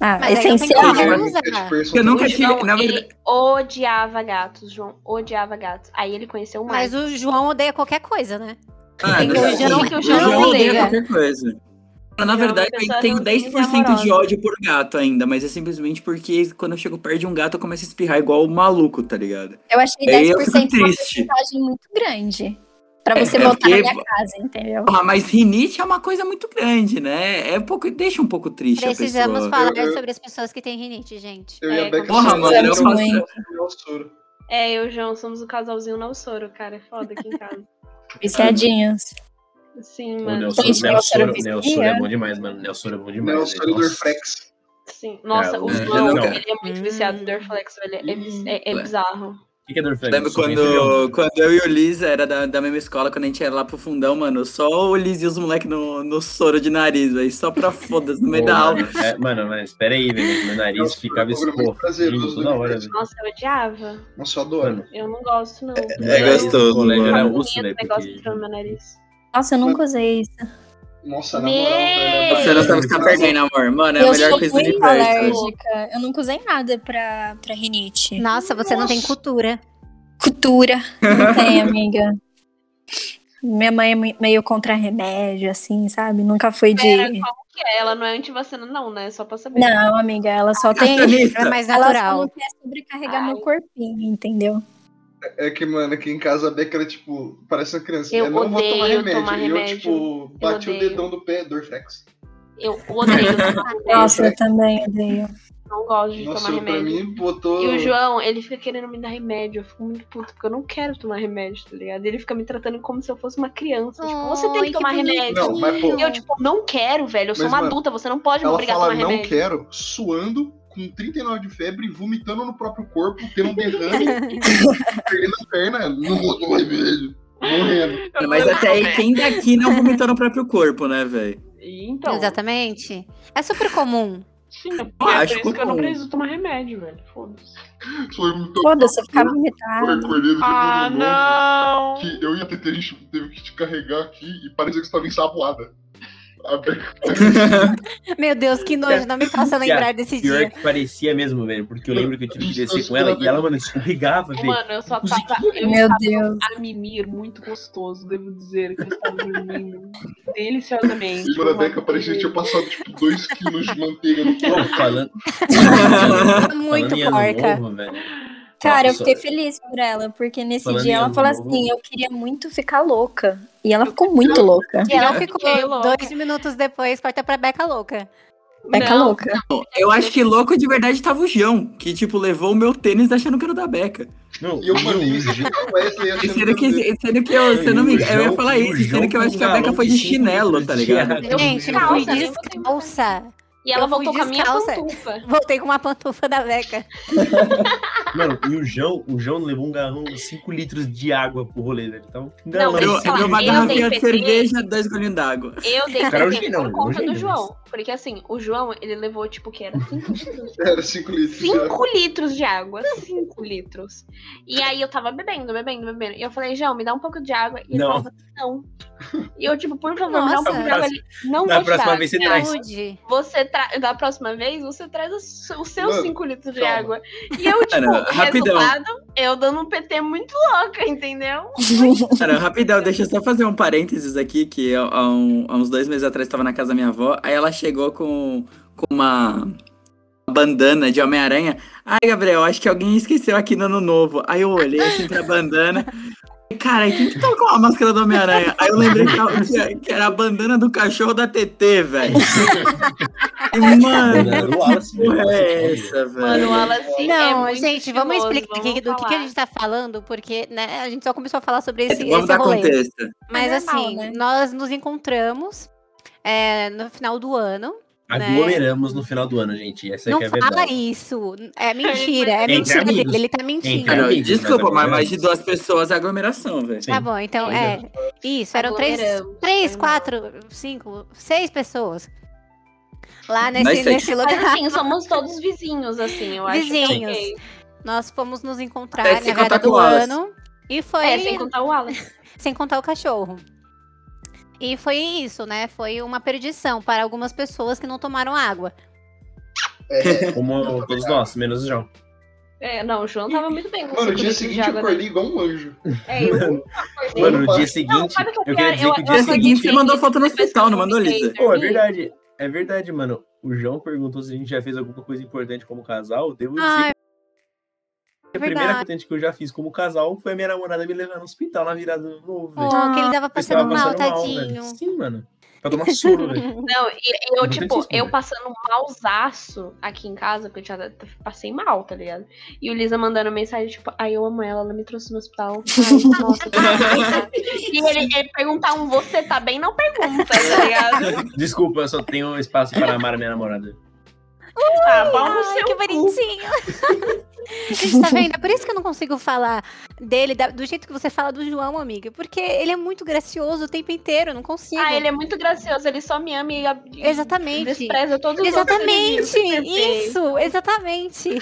Ah, Mas aí não tem essencial. como. Eu nunca o tive. João, na verdade, ele odiava gatos, João odiava gatos. Aí ele conheceu o Mas Marcos. o João odeia qualquer coisa, né? Ah, Tem não que o sei. João- que o O João João odeia odeia. qualquer coisa. Na Eu verdade, vou eu pensar tenho num 10% amorosa. de ódio por gato ainda, mas é simplesmente porque quando eu chego perto de um gato, eu começo a espirrar igual um maluco, tá ligado? Eu achei Aí eu 10% fico uma triste. porcentagem muito grande. Pra É, você é voltar porque- na minha casa, entendeu? Ah, mas rinite é uma coisa muito grande, né? É um pouco, deixa um pouco triste Precisamos a pessoa. falar Eu- eu- sobre as pessoas que têm rinite, gente. Eu e a É, Beck Porra, somos- mano, eu somos- faço- somos soro. É, eu e o João somos o casalzinho não soro, cara. É foda aqui em casa. Viciadinhos. Sim, O mano. Nelson, Gente, Nelson, Nelson Nelson vizinha. é bom demais, mano. Nelson é bom demais. Meu velho. soro Nossa. Dorflex. Sim. Nossa, É, o o- João, não. ele é muito Hum. viciado em Dorflex, velho. É, biz- é- é Hum. Ué. bizarro. O que que é Dorflex? Lembra Eu sou bem serião. quando, quando eu e o Liz era da, da mesma escola, quando a gente era lá pro fundão, mano, só o Liz e os moleques no, no soro de nariz, velho, só pra foda-se no meio Pô, da aula. mano, é, mano, mas peraí, velho. Meu nariz Nossa, ficava um o programa é escorrendo prazeroso, toda né, hora, gente? velho. Nossa, eu odiava. Nossa, eu adoro. Mano, Eu não gosto, não. É Meu gostoso, colégio mano. era Eu osso, velho, negócio porque- entrando no meu nariz. Nossa, eu nunca usei isso. Nossa, na Meu! moral, velho. é Você não sabe ficar perdendo, amor. Mano, é a eu melhor sou coisa né? do muito universo. alérgica. Eu nunca usei nada pra, pra rinite. Nossa, você não tem cultura. Cultura. Não tem, amiga. Minha mãe é mui- meio contra remédio, assim, sabe? Nunca foi de. Pera, como que é? Ela não é antivacina, não, né? Só pra saber. Não, amiga, ela só tem. É Acionista. mais Ela só natural. não quer sobrecarregar Ai. meu corpinho, entendeu? É que, mano, aqui em casa a Beck era tipo, parece uma criança. Eu Eu, não vou odeio tomar remédio. tomar e eu, remédio. tipo, bati o odeio. dedão do pé, Dorflex. Eu odeio. Nossa, eu Dorflex. também odeio. não gosto de Nossa, tomar pra remédio. mim é botou. E o João, ele fica querendo me dar remédio. Eu fico muito puto, porque eu não quero tomar remédio, tá ligado? Ele fica me tratando como se eu fosse uma criança. tipo, você tem Ai, que tomar bonitinho. remédio. Não, mas, pô, E eu, tipo, não quero, velho. Eu sou Mas, uma mano, adulta, você não pode me Ela obrigar é a fala tomar não remédio. quero, suando, com 39 de febre, vomitando no próprio corpo, tendo um derrame, perdendo a perna, não vou tomar remédio. Morrendo. Eu Mas falei, até aí, quem daqui não vomitou no próprio corpo, né, velho? "E Então, Exatamente. É super comum. sim, é por acho isso que eu comum. não preciso tomar remédio, velho. Foda-se. Foi muito Foda-se, eu ficava irritada. recolhido de Ah, Bruno não! que eu e a TT a gente teve que te carregar aqui e parecia que você tava ensaboada. A Beck Meu Deus, que nojo. Não me faça lembrar desse é. Pior dia. que parecia mesmo, velho. Porque eu lembro que eu tive que descer com ela e ela, mano, escorregava, velho. Mano, eu só tava. Eu Meu estava Deus. a mimir muito gostoso, devo dizer, que eu estava dormindo deliciosamente. e a Uma Beca parecia que tinha delícia. passado tipo 2 quilos de manteiga no Pô, corpo. falando, Muito falando em ano porca. novo, velho. Cara, eu Nossa, fiquei feliz por ela, porque nesse Falando em dia ela ano falou novo. assim: eu queria muito ficar louca. E ela ficou muito louca. E ela Eu ficou fiquei louca. dois minutos depois, corta pra Beca louca. Beca Não, louca. Eu acho que louco de verdade tava o João, que, tipo, levou o meu tênis achando que era o da Beca. Não, E eu mandei não, isso pro Wesley achando Sendo que, que sendo que eu, sendo me, eu ia falar O isso, João sendo que eu acho que a Beca foi de com um chinelo, tá ligado? Eu Gente, eu calça, fui nem botei descalça. E ela Eu fui voltou com a minha descalça. pantufa. Voltei com uma pantufa da Beca. Mano, e o João, o João levou um galão, 5 litros de água pro rolê, velho. Então, um galão. Não, Eu, Deixa eu eu falar, uma eu garrafinha de tenho PT. cerveja, dois golinhos d'água. Eu dei Cara, presente hoje não, por conta hoje do não, João. Porque assim, o João, ele levou, tipo, que era 5 litros. era 5 litros. já. 5 litros de água. 5 litros. E aí eu tava bebendo, bebendo, bebendo. E eu falei, João, me dá um pouco de água. E ele Não. falava, não. E eu, tipo, por favor, me dá um Nossa. pouco de água. Ele, não Na vou te próxima dar. vez você traz. Saúde. Você tra... Da próxima vez, você traz os- os seus Mano, 5 litros de calma. água. E eu, tipo, Cara, rapidão. resultado, eu dando um PT muito louca, entendeu? Cara, rapidão, deixa eu só fazer um parênteses aqui, que há, há um- há uns dois meses atrás estava na casa da minha avó, aí ela chegou com, com uma bandana de Homem-Aranha. Ai, Gabriel, acho que alguém esqueceu aqui no ano novo. Aí eu olhei assim pra bandana. Cara, quem que tá com a máscara do Homem-Aranha? Aí eu lembrei que era- que era a bandana do cachorro da TT, velho. E, Mano, Era o que Wallace, porra é velho. essa, velho? Mano, o Wallace é Não, muito gente, vamos estiloso, explicar vamos aqui do que, que a falar. gente tá falando, porque né, a gente só começou a falar sobre esse, esse Vamos é dar rolê. contexto. Mas É normal, assim, né? nós nos encontramos é, no final do ano. Aglomeramos no final do ano, gente. Essa é não que é a fala verdade. isso. É mentira. É Entre mentira amigos. dele. Ele tá mentindo. Entre Cara, amigos, mais desculpa, É, mas ou mais menos. de duas pessoas é aglomeração, velho. Tá bom, então é. Tá Isso, eram três, Aglomeramos, três, foi mal. quatro, cinco, seis pessoas. Lá Nós nesse, seis. nesse lugar. Mas assim, somos todos vizinhos, assim, eu acho. que é Vizinhos. ok. Nós fomos nos encontrar Até na sem virada contar do com o Wallace. ano. E foi É, sem contar o Wallace. sem contar o cachorro. E foi isso, né? Foi uma perdição para algumas pessoas que não tomaram água. É, Como todos nós, menos o João. É, não, o João tava muito bem com Mano, no cinco dia litros seguinte de eu água. né? acordei igual um anjo. É, eu acordei. Mano, no Opa. dia seguinte, sabe o que é eu pior? queria dizer Eu- que o eu dia acordei seguinte. seguinte, ele mandou foto no depois que hospital, eu não mandou, vomitei, Lisa? Pô, é dormi. verdade. É verdade, mano. O João perguntou se a gente já fez alguma coisa importante como casal. Devo dizer Ai, que a Ah, é verdade. primeira coisa que eu já fiz como casal foi a minha namorada me levar no hospital na virada do ano novo, velho. ó, que ele tava Eu estava passando mal, velho. tadinho. Sim, mano. Pra tomar soro, velho. Não, e- e eu, Não tem tipo, isso, eu né? passando malzaço aqui em casa, porque eu já t- passei mal, tá ligado? E o Lisa mandando mensagem, tipo, ai, eu amo ela, ela me trouxe no hospital. Ai, nossa, que delícia." E ele, ele perguntar um você tá bem, não pergunta, tá ligado? Desculpa, eu só tenho espaço para amar a minha namorada. Ah, pau no Ai, seu que cu. bonitinho. Gente, tá vendo? É por isso que eu não consigo falar dele da- do jeito que você fala do João, amiga. Porque ele é muito gracioso o tempo inteiro, eu não consigo. Ah, ele é muito gracioso, ele só me ama e a- e Exatamente. despreza todos os Exatamente! outros inimigos. Isso! Exatamente!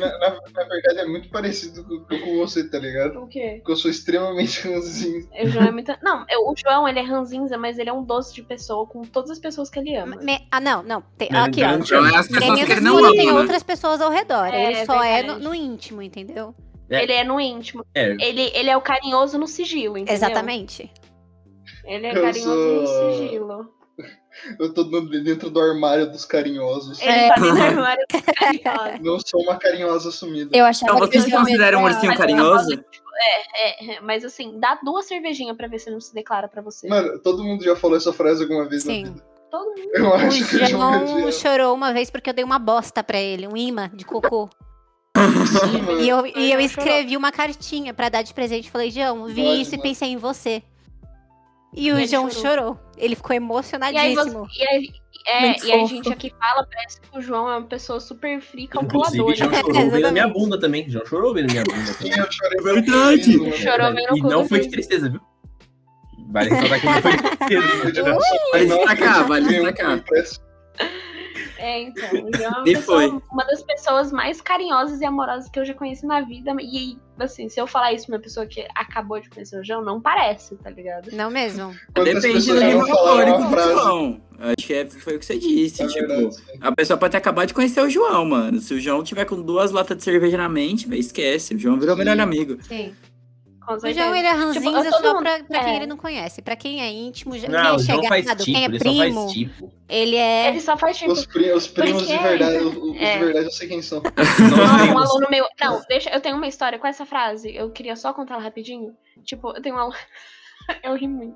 Na, na- na verdade, é muito parecido com, com você, tá ligado? O quê? Porque eu sou extremamente ranzinho. O João é muito... Não, eu- o João, ele é ranzinza, mas ele é um doce de pessoa com todas as pessoas que ele ama. Me- Ah, não, não. Tem... Não, Aqui, não, ó. não. Então é as Tem pessoas que ele menos não bullying, tem ama, né? outras pessoas ao redor. É, ele só é no, verdade. no íntimo, entendeu? É. Ele é no íntimo. É. Ele, ele é o carinhoso no sigilo, entendeu? Exatamente. Ele é Eu carinhoso no sou- sigilo. Eu tô no- dentro do armário dos carinhosos. Ele É. tá dentro do armário do carinhoso. Não sou uma carinhosa sumida. Eu achava Então vocês que se eu consideram um ia- assim, ursinho carinhoso? É, é, mas assim, dá duas cervejinhas pra ver se ele não se declara pra você. Mano, todo mundo já falou essa frase alguma vez Sim. na vida. Todo mundo. Eu O acho que eu já João ouvi. chorou uma vez porque eu dei uma bosta pra ele, um imã de cocô. Sim, mano. E eu, e eu João escrevi uma cartinha pra dar de presente. Falei, João, vi Dói isso e demais. pensei em você. E o ele João chorou. chorou. Ele ficou E aí, você, emocionadíssimo. e, aí, é, Muito e a fofo. gente aqui fala, parece que o João é uma pessoa super fria, Inclusive, calculadora. João né? chorou vendo a minha Exatamente. bunda também. João chorou vendo a minha bunda também. Eu chorei Verdade. muito, mano. Chorou vendo o E cu não do foi de Pedro. tristeza, viu? Vale ressaltar que não foi de Eu já- tristeza. Nossa, Vale não, destacar, vale eu fiquei destacar. impresso. É, então, o João é uma, E pessoa- foi. uma das pessoas mais carinhosas e amorosas que eu já conheci na vida. E, assim, se eu falar isso pra uma pessoa que acabou de conhecer o João, não parece, tá ligado? Não mesmo? Tipo, Quantas Depende do pessoas já nível não falaram calórico uma do frase? João. Acho que é- foi o que você disse, É tipo... verdade. A pessoa pode ter acabado de conhecer o João, mano. Se o João tiver com duas latas de cerveja na mente, véi, esquece. O João virou o Sim. melhor amigo. Sim. Com O certeza. João, ele é ranzinza tipo, todo só mundo- pra, pra quem é. ele não conhece. Pra quem é íntimo, já- Não, o quem é João faz chegado, tipo, quem é ele só faz primo, tipo. ele é... Ele só faz tipo. Os, pri- os primos de Porque- verdade, os, os É. de verdade eu sei quem são. Nossa, um Não aluno meu. Não, deixa. Eu tenho uma história com essa frase. Eu queria só contar ela rapidinho. Tipo, eu tenho um aluno. eu ri muito.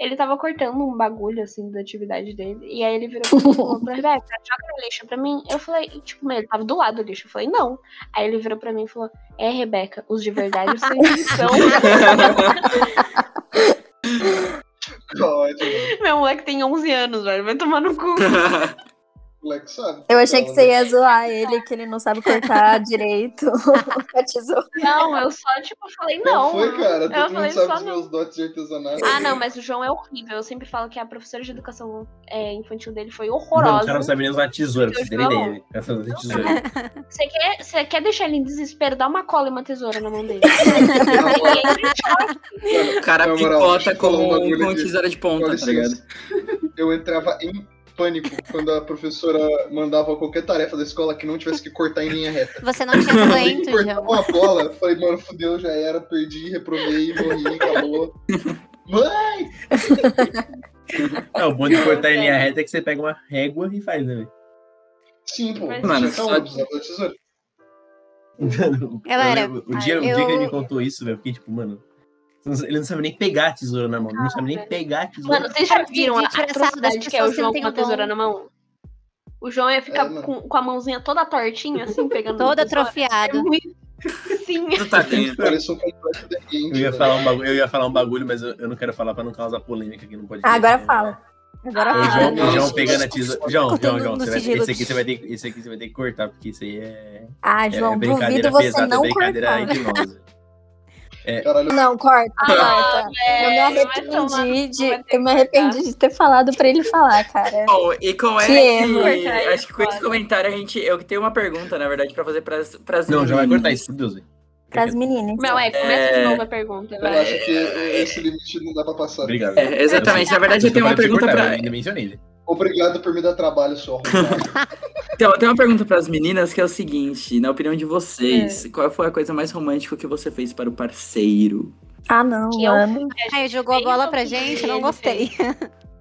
Ele tava cortando um bagulho, assim, da atividade dele. E aí ele virou pra mim e falou: Rebeca, joga no lixo pra mim. Eu falei, e, tipo, meu, ele tava do lado do lixo. Eu falei, não. Aí ele virou pra mim e falou: É, Rebeca, os de verdade são são. Ótimo, meu moleque tem 11 anos, velho. Vai tomar no cu. o moleque sabe. né? Eu achei que você ia zoar ele, que ele não sabe cortar direito com a tesoura. Não, eu só, tipo, falei, Não não. foi, cara. Eu Todo falei mundo sabe só dos não. meus dotes de artesanato. Ah, não, mas o João é horrível. Eu sempre falo que a professora de educação é, infantil dele foi o horrorosa. cara não sabe nem usar tesoura, pra vocês terem ideia. né? velho. O cara sabe usar tesoura. Você quer, você quer deixar ele em desespero? Dá uma cola e uma tesoura na mão dele. Ele- O cara Na moral, deixa picota eu falar um com, bagulho com aqui. tesoura de Com ponta, tá ligado? licença. Eu entrava em pânico quando a professora mandava qualquer tarefa da escola que não tivesse que cortar em linha reta. Você não tinha Tem talento, que cortar João. uma bola. eu Falei, mano, fudeu, já era, perdi, reprovei, morri, acabou. Mano, Não, o bom de cortar em linha reta é que você pega uma régua e faz, né, sim, pô. Mas- Mano, Mano, só- tesoura. velho? Galera, Eu lembro- o, dia, o dia eu- que ele me contou isso, velho, eu fiquei tipo, mano. Ele não sabe nem pegar a tesoura na mão. Ele não sabe nem pegar a tesoura. Mano, vocês já viram a Gente, engraçado, atrocidade das que é o pessoas que João não com têm uma o dom. tesoura na mão? O João ia ficar É, mano. com, com a mãozinha toda tortinha, assim, pegando Todo a tesoura. É atrofiado. muito- Sim. Tudo tadinho. Parece um completo de Eu ia, falar um bagulho, eu ia falar um bagulho, mas eu, eu não quero falar pra não causar polêmica aqui no podcast. Ah, agora né? fala. Agora O Ah, fala. João, o não. João pegando a tesoura. João, João, Cortando João, no você vai- sigilo. esse, aqui você vai ter, que- esse aqui você vai ter que cortar, porque isso aí é, Ah, é, João, é duvido brincadeira você pesada, é não brincadeira cortar. entre nós. Caralho, Não, corta, corta. eu me velho, é, vai tomar arrependi vai de, ter eu me que arrependi de ter falado pra ele falar, cara. Bom, e qual é Que erro. é que... Cortar Acho que com isso, esse olha. comentário a gente... Eu tenho uma pergunta, na verdade, pra fazer pras, pras né? Não, João vai meninas. cortar isso, por Deus, velho. Pras meninas. Meu, é, começa de novo a pergunta, eu vai. acho que esse limite não dá pra passar. Obrigado. É, exatamente. Na verdade, É, eu tenho uma pergunta pra... Ainda mencionei. Obrigado por me dar trabalho só. Então, eu tenho uma pergunta para as meninas que é o seguinte: na opinião de vocês, qual foi a coisa mais romântica que você fez para o parceiro? Ah, não, Que eu- mano. Aí jogou a bola pra é Bem, gente, não ele gostei.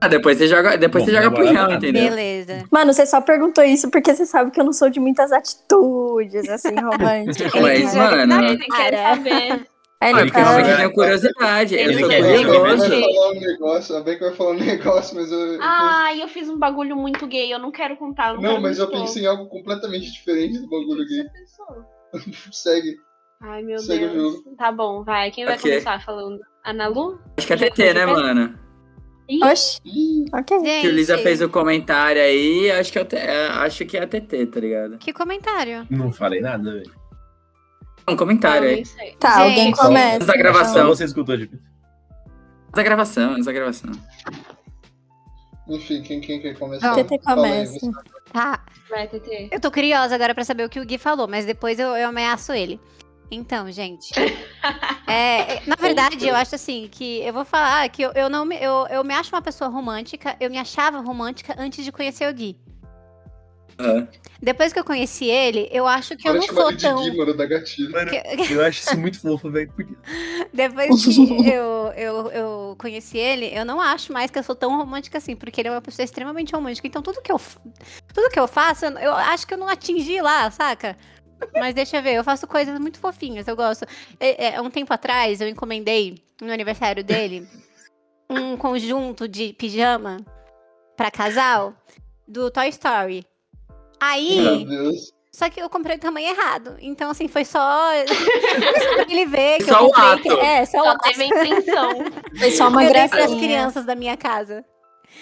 Ah, depois você joga, depois Bom, você joga pro agora tá. real, nada. entendeu? Beleza. Mano, você só perguntou isso porque você sabe que eu não sou de muitas atitudes, assim, românticas. Ele Mas, quis mano, jogar Ele quer Cara. saber. Aí Ele ele É quer fala, jogar. Eu tenho curiosidade, eu Ele sou quer Vai curioso. jogar. falar um negócio, a bem que vai falar um negócio, mas eu. Ah, eu fiz um bagulho muito gay, eu não quero contar. eu não, não, quero mas eu expor. pensei em algo completamente diferente do bagulho O que gay. você pensou? Segue. Ai, meu Segue o Deus. Tá bom, vai. Quem vai Ok. começar falando? Analu? Acho que é TT, né, mano? Ih, Oxi, Ih, ok. Que o Lisa fez Gente, o comentário aí, acho que, é o T- é, acho que é a TT, tá ligado? que comentário. Não falei nada, velho. Um comentário eu aí. nem sei. Tá, Gente, alguém só- começa. Da gravação. Só Então. você escutou, tipo. Essa gravação, essa gravação. Enfim, quem, quem quer começar? Não. TT Fala aí, começa. você. Tá, Vai, TT. eu tô curiosa agora pra saber o que o Gui falou, mas depois eu, eu ameaço ele. Então, gente. é, é, na verdade, eu acho assim que eu vou falar que eu, eu não me, eu, eu me acho uma pessoa romântica, eu me achava romântica antes de conhecer o Gui. Aham. Depois que eu conheci ele, eu acho que eu Para não chamar sou ele de tão. Gui, né? mano, da gatilha. Mano, que- eu acho isso muito fofo, velho. porque- Depois que eu, eu, eu conheci ele, eu não acho mais que eu sou tão romântica assim, porque ele é uma pessoa extremamente romântica. Então tudo que eu, f- tudo que eu faço, eu, eu acho que eu não atingi lá, saca? Mas deixa eu ver, eu faço coisas muito fofinhas, eu gosto. É, é, um tempo atrás, eu encomendei, no aniversário dele, um conjunto de pijama pra casal do Toy Story. Aí, Meu Deus. só que eu comprei o tamanho errado. Então, assim, foi só. só pra ele ver que Só eu o comprei. ato. É, só o Só ato. teve a intenção. Foi só uma eu dei pras gracinha. crianças da minha casa.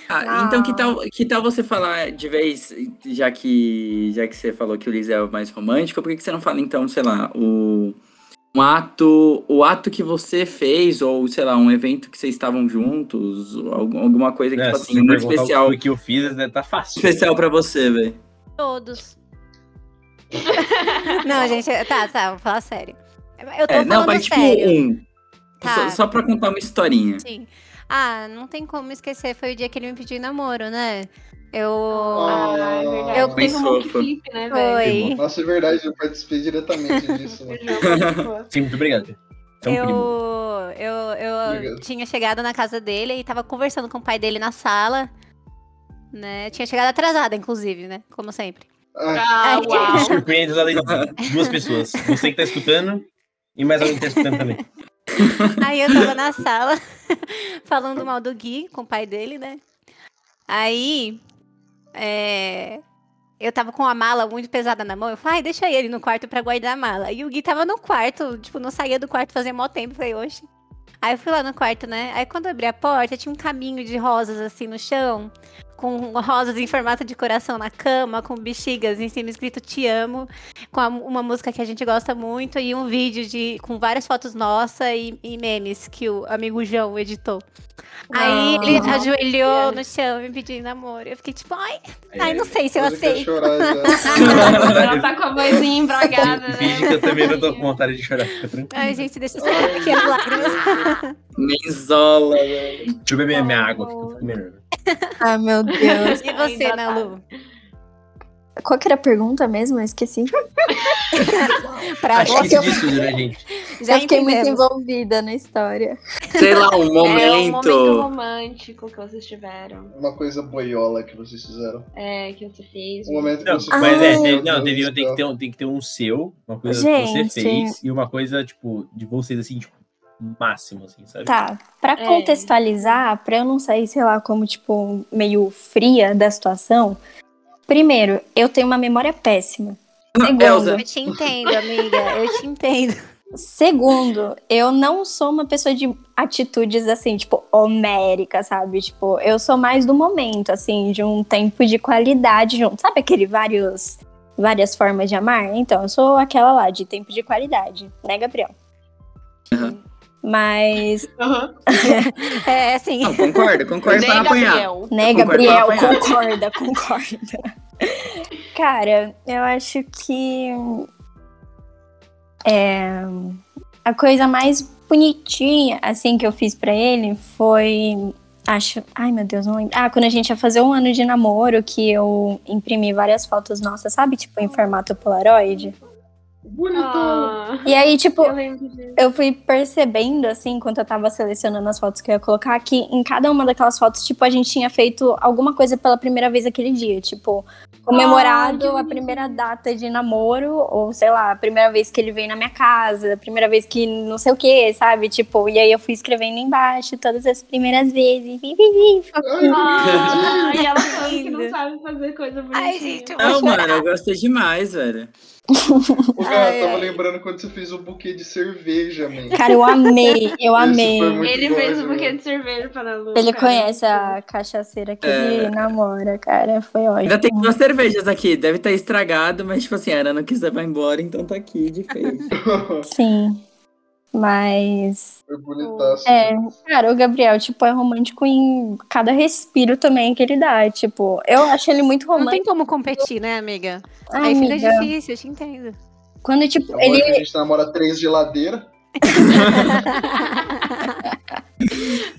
Ah, Ah. Então, que tal, que tal você falar de vez, já que, já que você falou que o Liz é o mais romântico, por que, que você não fala, então, sei lá, o, um ato, o ato que você fez, ou sei lá, um evento que vocês estavam juntos, ou algum- alguma coisa que, É, tipo se assim, você muito perguntar especial, O que foi que eu fiz, né, tá fácil. especial pra você, velho. Todos. não, gente, tá, tá, vou falar sério. Eu tô É, falando não, mas tipo sério. um. Tá. Só, só pra contar uma historinha. Sim. Ah, não tem como esquecer, foi o dia que ele me pediu em namoro, né? Eu. Ah, é verdade. Eu- Teve um Pensou, monte de foi. clipe, né, velho? Foi. Nossa, é verdade, eu participei diretamente disso. mano. Foi. Sim, muito obrigado. Pedro. Você é um eu, primo. eu, eu Obrigado. tinha chegado na casa dele e tava conversando com o pai dele na sala. Né? Tinha chegado atrasada, inclusive, né? Como sempre. Ah, Ah, Ai. uau. Surpreendes além de duas pessoas. Você que tá escutando e mais alguém que tá escutando também. Aí eu tava na sala falando mal do Gui com o pai dele, né? Aí é, eu tava com a mala muito pesada na mão. Eu falei, ai, deixa ele no quarto pra guardar a mala. E o Gui tava no quarto, tipo, não saía do quarto fazia mó tempo. Eu Falei, oxe. Aí eu fui lá no quarto, né? Aí quando eu abri a porta, tinha um caminho de rosas assim no chão, com rosas em formato de coração na cama, com bexigas em cima escrito Te Amo com a- uma música que a gente gosta muito e um vídeo de com várias fotos nossa e, e memes que o amigo João editou. Aí Ah. ele ajoelhou Yes. no chão e me pediu em namoro. Eu fiquei tipo, ai, Aí, ai aí, não sei se eu eu quero aceito. chorar é já. Ela tá com a vozinha embragada, né? Finge que eu também não tô com vontade de chorar. Fica tranquilo. Ai, gente, deixa eu Ai, sair aqui as lágrimas. meu Deus. Menzola, velho. Deixa eu beber minha água aqui, que eu fico melhor. Ah, meu Deus. E você, Ainda né, tá. Lu? Qual que era a pergunta mesmo? Eu esqueci. Pra Acho que você, isso diz tudo, né, gente? já eu fiquei muito entendemos. envolvida na história. Sei lá, um É um momento momento. romântico que vocês tiveram. Uma coisa boiola que vocês fizeram. É, que você fez. Um momento que Não, vocês mas é, falaram, tem- meu não, Deus devia, do tem, que céu. ter um, tem que ter um seu, uma coisa que Gente. você fez, e uma coisa, tipo, de vocês, assim, tipo, máximo, assim, sabe? Tá, pra É. contextualizar, pra eu não sair, sei lá, como tipo meio fria da situação, primeiro, eu tenho uma memória péssima. Elza, Eu te entendo, amiga. Eu te entendo. Segundo, eu não sou uma pessoa de atitudes assim, tipo, homérica, sabe? Tipo, eu sou mais do momento, assim, de um tempo de qualidade junto. Sabe aquele vários várias formas de amar? Então, eu sou aquela lá de tempo de qualidade, né, Gabriel? Aham. Mas, Aham. É, assim. Não, concordo, concordo Nem pra apanhar. Gabriel. né, Concordo, Gabriel? vai apanhar. Concorda, concorda. Cara, eu acho que é, a coisa mais bonitinha assim que eu fiz pra ele foi Acho. Ai, meu Deus, não lembro. Ah, quando a gente ia fazer um ano de namoro, que eu imprimi várias fotos nossas, sabe? Tipo, em formato Polaroid. Bonitão. Ah, E aí, tipo, eu lembro disso. eu fui percebendo, assim, enquanto eu tava selecionando as fotos que eu ia colocar, que em cada uma daquelas fotos, tipo, a gente tinha feito alguma coisa pela primeira vez aquele dia. Tipo, que comemorado a lindo. primeira data de namoro, ou sei lá, a primeira vez que ele veio na minha casa, a primeira vez que não sei o que, sabe? Tipo, e aí eu fui escrevendo embaixo todas as primeiras vezes. Ah, e ela falando que não Lindo. sabe fazer coisa bonitinha. Ai, gente, eu vou Não, chorar. mano, eu gostei demais, velho. um- Ô, cara, Ai, tava Ah, é. ai. lembrando quando você fez o buquê de cerveja, man. Cara, eu amei, eu amei. foi muito Ele bom, fez esse um buquê momento. de cerveja para a Lu. Ele cara. conhece a cachaceira que É. ele namora, cara. Foi Ainda tem ótimo. duas cervejas aqui, deve estar estragado, mas tipo assim, a Ana não quis levar embora, então tá aqui de feio. Sim. Mas. Foi bonitaço. É, cara, o Gabriel, tipo, é romântico em cada respiro também que ele dá. Tipo, eu acho ele muito Não tem romântico. como competir, né, amiga? Ai, Aí amiga, fica difícil, eu te entendo. quando, tipo, Agora que ele. a gente namora três geladeiras.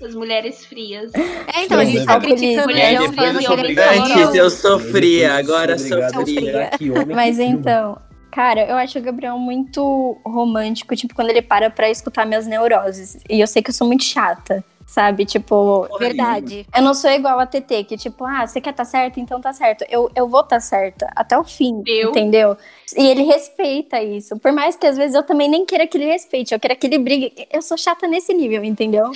As mulheres frias. É, então, a gente tá Mulher, criticando o mulher, João depois falando eu que sou ele é obrigada a amoroso. Antes eu sofria, Depois eu agora sou obrigado a sofria. considerar que homem Mas é filme. então, cara, eu acho o Gabriel muito romântico, tipo, quando ele para pra escutar minhas neuroses. E eu sei que eu sou muito chata, sabe? Tipo, Porra nenhuma. Verdade. eu não sou igual a TT, que tipo, ah, você quer tá certo, então tá certo. Eu, eu vou tá certa até o fim, Eu. entendeu? E ele respeita isso. Por mais que às vezes eu também nem queira que ele respeite, eu quero que ele brigue. Eu sou chata nesse nível, entendeu?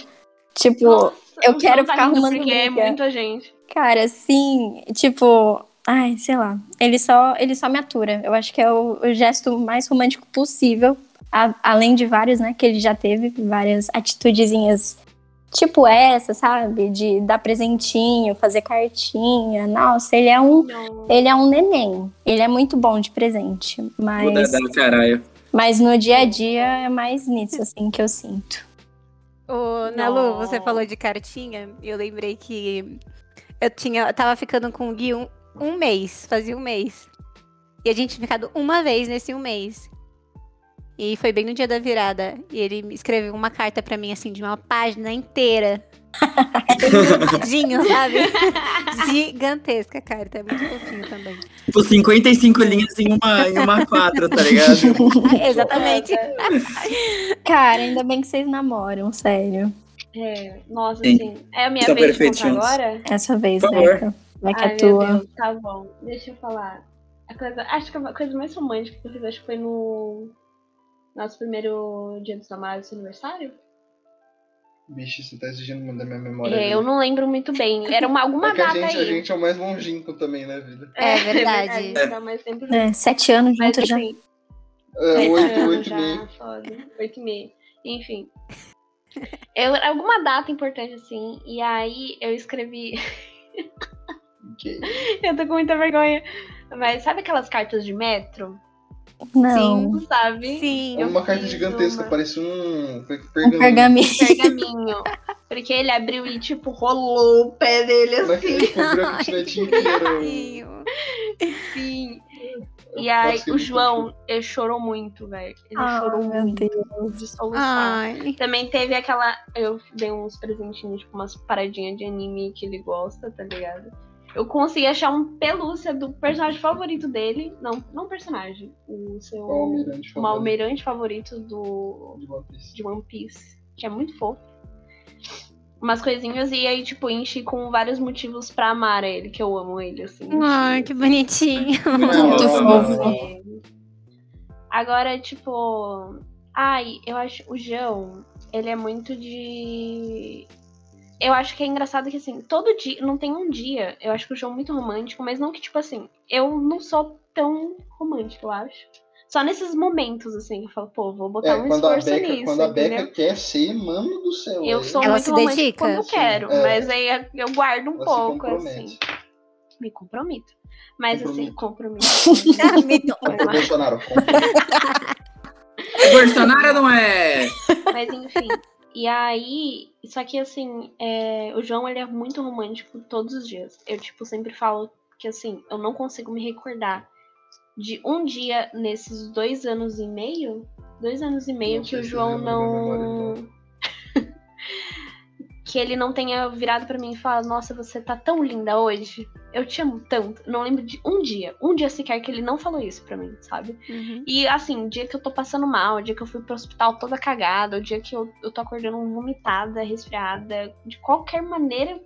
Tipo, Nossa, eu o quero João tá ficar rindo arrumando porque é briga. muita gente. cara, assim, tipo, ai, sei lá. Ele só, ele só me atura. Eu acho que é o, o gesto mais romântico possível, a- além de vários, né, que ele já teve, várias atitudezinhas tipo essa, sabe? De dar presentinho, fazer cartinha. Nossa, ele é um, Não. ele é um neném. Ele é muito bom de presente, mas Mudadão, caralho. mas no dia a dia é mais nisso assim que eu sinto. Ô, Nalu, você Não. falou de cartinha. e Eu lembrei que eu tinha, eu tava ficando com o Gui um, um mês, fazia um mês. E a gente tinha ficado uma vez nesse um mês. E foi bem no dia da virada. E ele me escreveu uma carta pra mim, assim, de uma página inteira. Tadinho, sabe? Gigantesca a carta. É muito fofinho também. Tipo, 55 linhas em uma, em uma quadra, tá ligado? Ah, Exatamente. É, Cara, ainda bem que vocês namoram, sério. É, nossa, Sim. assim. É a minha São vez de perfeitos contar juntos. agora? Essa É vez, Por favor. Beca. Vai que Ai, é meu tua. Deus, tá bom. Deixa eu falar. A coisa, acho que a coisa mais romântica que eu fiz, acho que foi no nosso primeiro dia dos namorados, seu aniversário. Bicho, você tá exigindo muito da minha memória. É, né? eu não lembro muito bem. Era uma, alguma É que a data gente, a aí. gente é o mais longínquo também, né, vida? É verdade. É verdade, dá mais tempo junto. É, sete anos né? Mas, junto já. assim, É, Sete oito, anos oito e É, já, meio. foda. Oito e meio. Enfim. Eu, alguma data importante, assim, e aí eu escrevi. Ok. Eu tô com muita vergonha. Mas sabe aquelas cartas de metro? Não. Sabe? Sim. Eu Uma carta fiz gigantesca, uma. parecia um pergaminho. Um pergaminho. Pergaminho. Porque ele abriu e, tipo, rolou o pé dele Como é que assim. ele cobriu a kitnet inteira? Tadinho. assim. Eu E aí, passei o muito João, ele chorou muito, velho. Ele Ah, chorou meu muito Deus. de Ah, soluçar. Ai. Também teve aquela. Eu dei uns presentinhos, tipo, umas paradinhas de anime que ele gosta, tá ligado? Eu consegui achar um pelúcia do personagem favorito dele. Não, não personagem. O seu. é O almirante um falando almirante favorito do de One Piece. de One Piece, que é muito fofo. Umas coisinhas e aí, tipo, enchi com vários motivos pra amar ele, que eu amo ele, assim. Ai, enchi. que bonitinho. Muito Nossa, fofo. mano. Agora, tipo. Ai, eu acho. O João, ele é muito de. Eu acho que é engraçado que, assim, todo dia. Não tem um dia. Eu acho que o João é muito romântico, mas não que, tipo assim. Eu não sou tão romântico, eu acho. Só nesses momentos, assim, que eu falo, pô, vou botar É, um quando a esforço Beca, nisso. quando a entendeu? Beca quer ser, mano do céu. é Eu aí sou Ela muito se romântica dedica? quando eu quero, Sim, é. mas aí eu guardo um ela se pouco, compromete. assim. Me comprometo. Mas assim, compromisso. Ah, Ô, Bolsonaro, um compra. É Bolsonaro não é? mas enfim. E aí, só que assim, é, o João ele é muito romântico todos os dias. Eu, tipo, sempre falo que assim, eu não consigo me recordar de um dia nesses dois anos e meio. Dois anos e meio Não que sei o se João lembro da não. memória, que que ele não tenha virado pra mim e falado: Nossa, você tá tão linda hoje. Eu te amo tanto. Não lembro de um dia, um dia sequer que ele não falou isso pra mim, sabe? Uhum. E assim, dia que eu tô passando mal, dia que eu fui pro hospital toda cagada, o dia que eu, eu tô acordando vomitada, resfriada, de qualquer maneira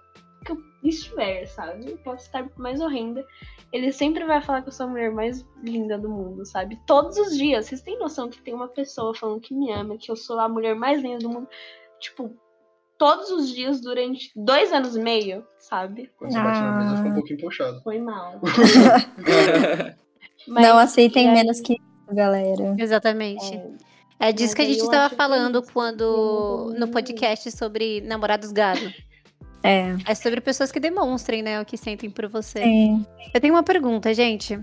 que eu estiver, sabe? Eu posso estar mais horrenda. Ele sempre vai falar que eu sou a mulher mais linda do mundo, sabe? Todos os dias. Vocês têm noção que tem uma pessoa falando que me ama, que eu sou a mulher mais linda do mundo? Tipo, todos os dias durante dois anos e meio, sabe? Quando você bate na mesa, Ah. fica um pouquinho puxado. Foi mal. Não aceitem e aí- menos que isso, galera. Exatamente. É disso mas que a aí gente eu tava acho que falando isso quando é no um- podcast sobre namorados gado. É. É sobre pessoas que demonstrem, né, o que sentem por você. Sim. Eu tenho uma pergunta, gente.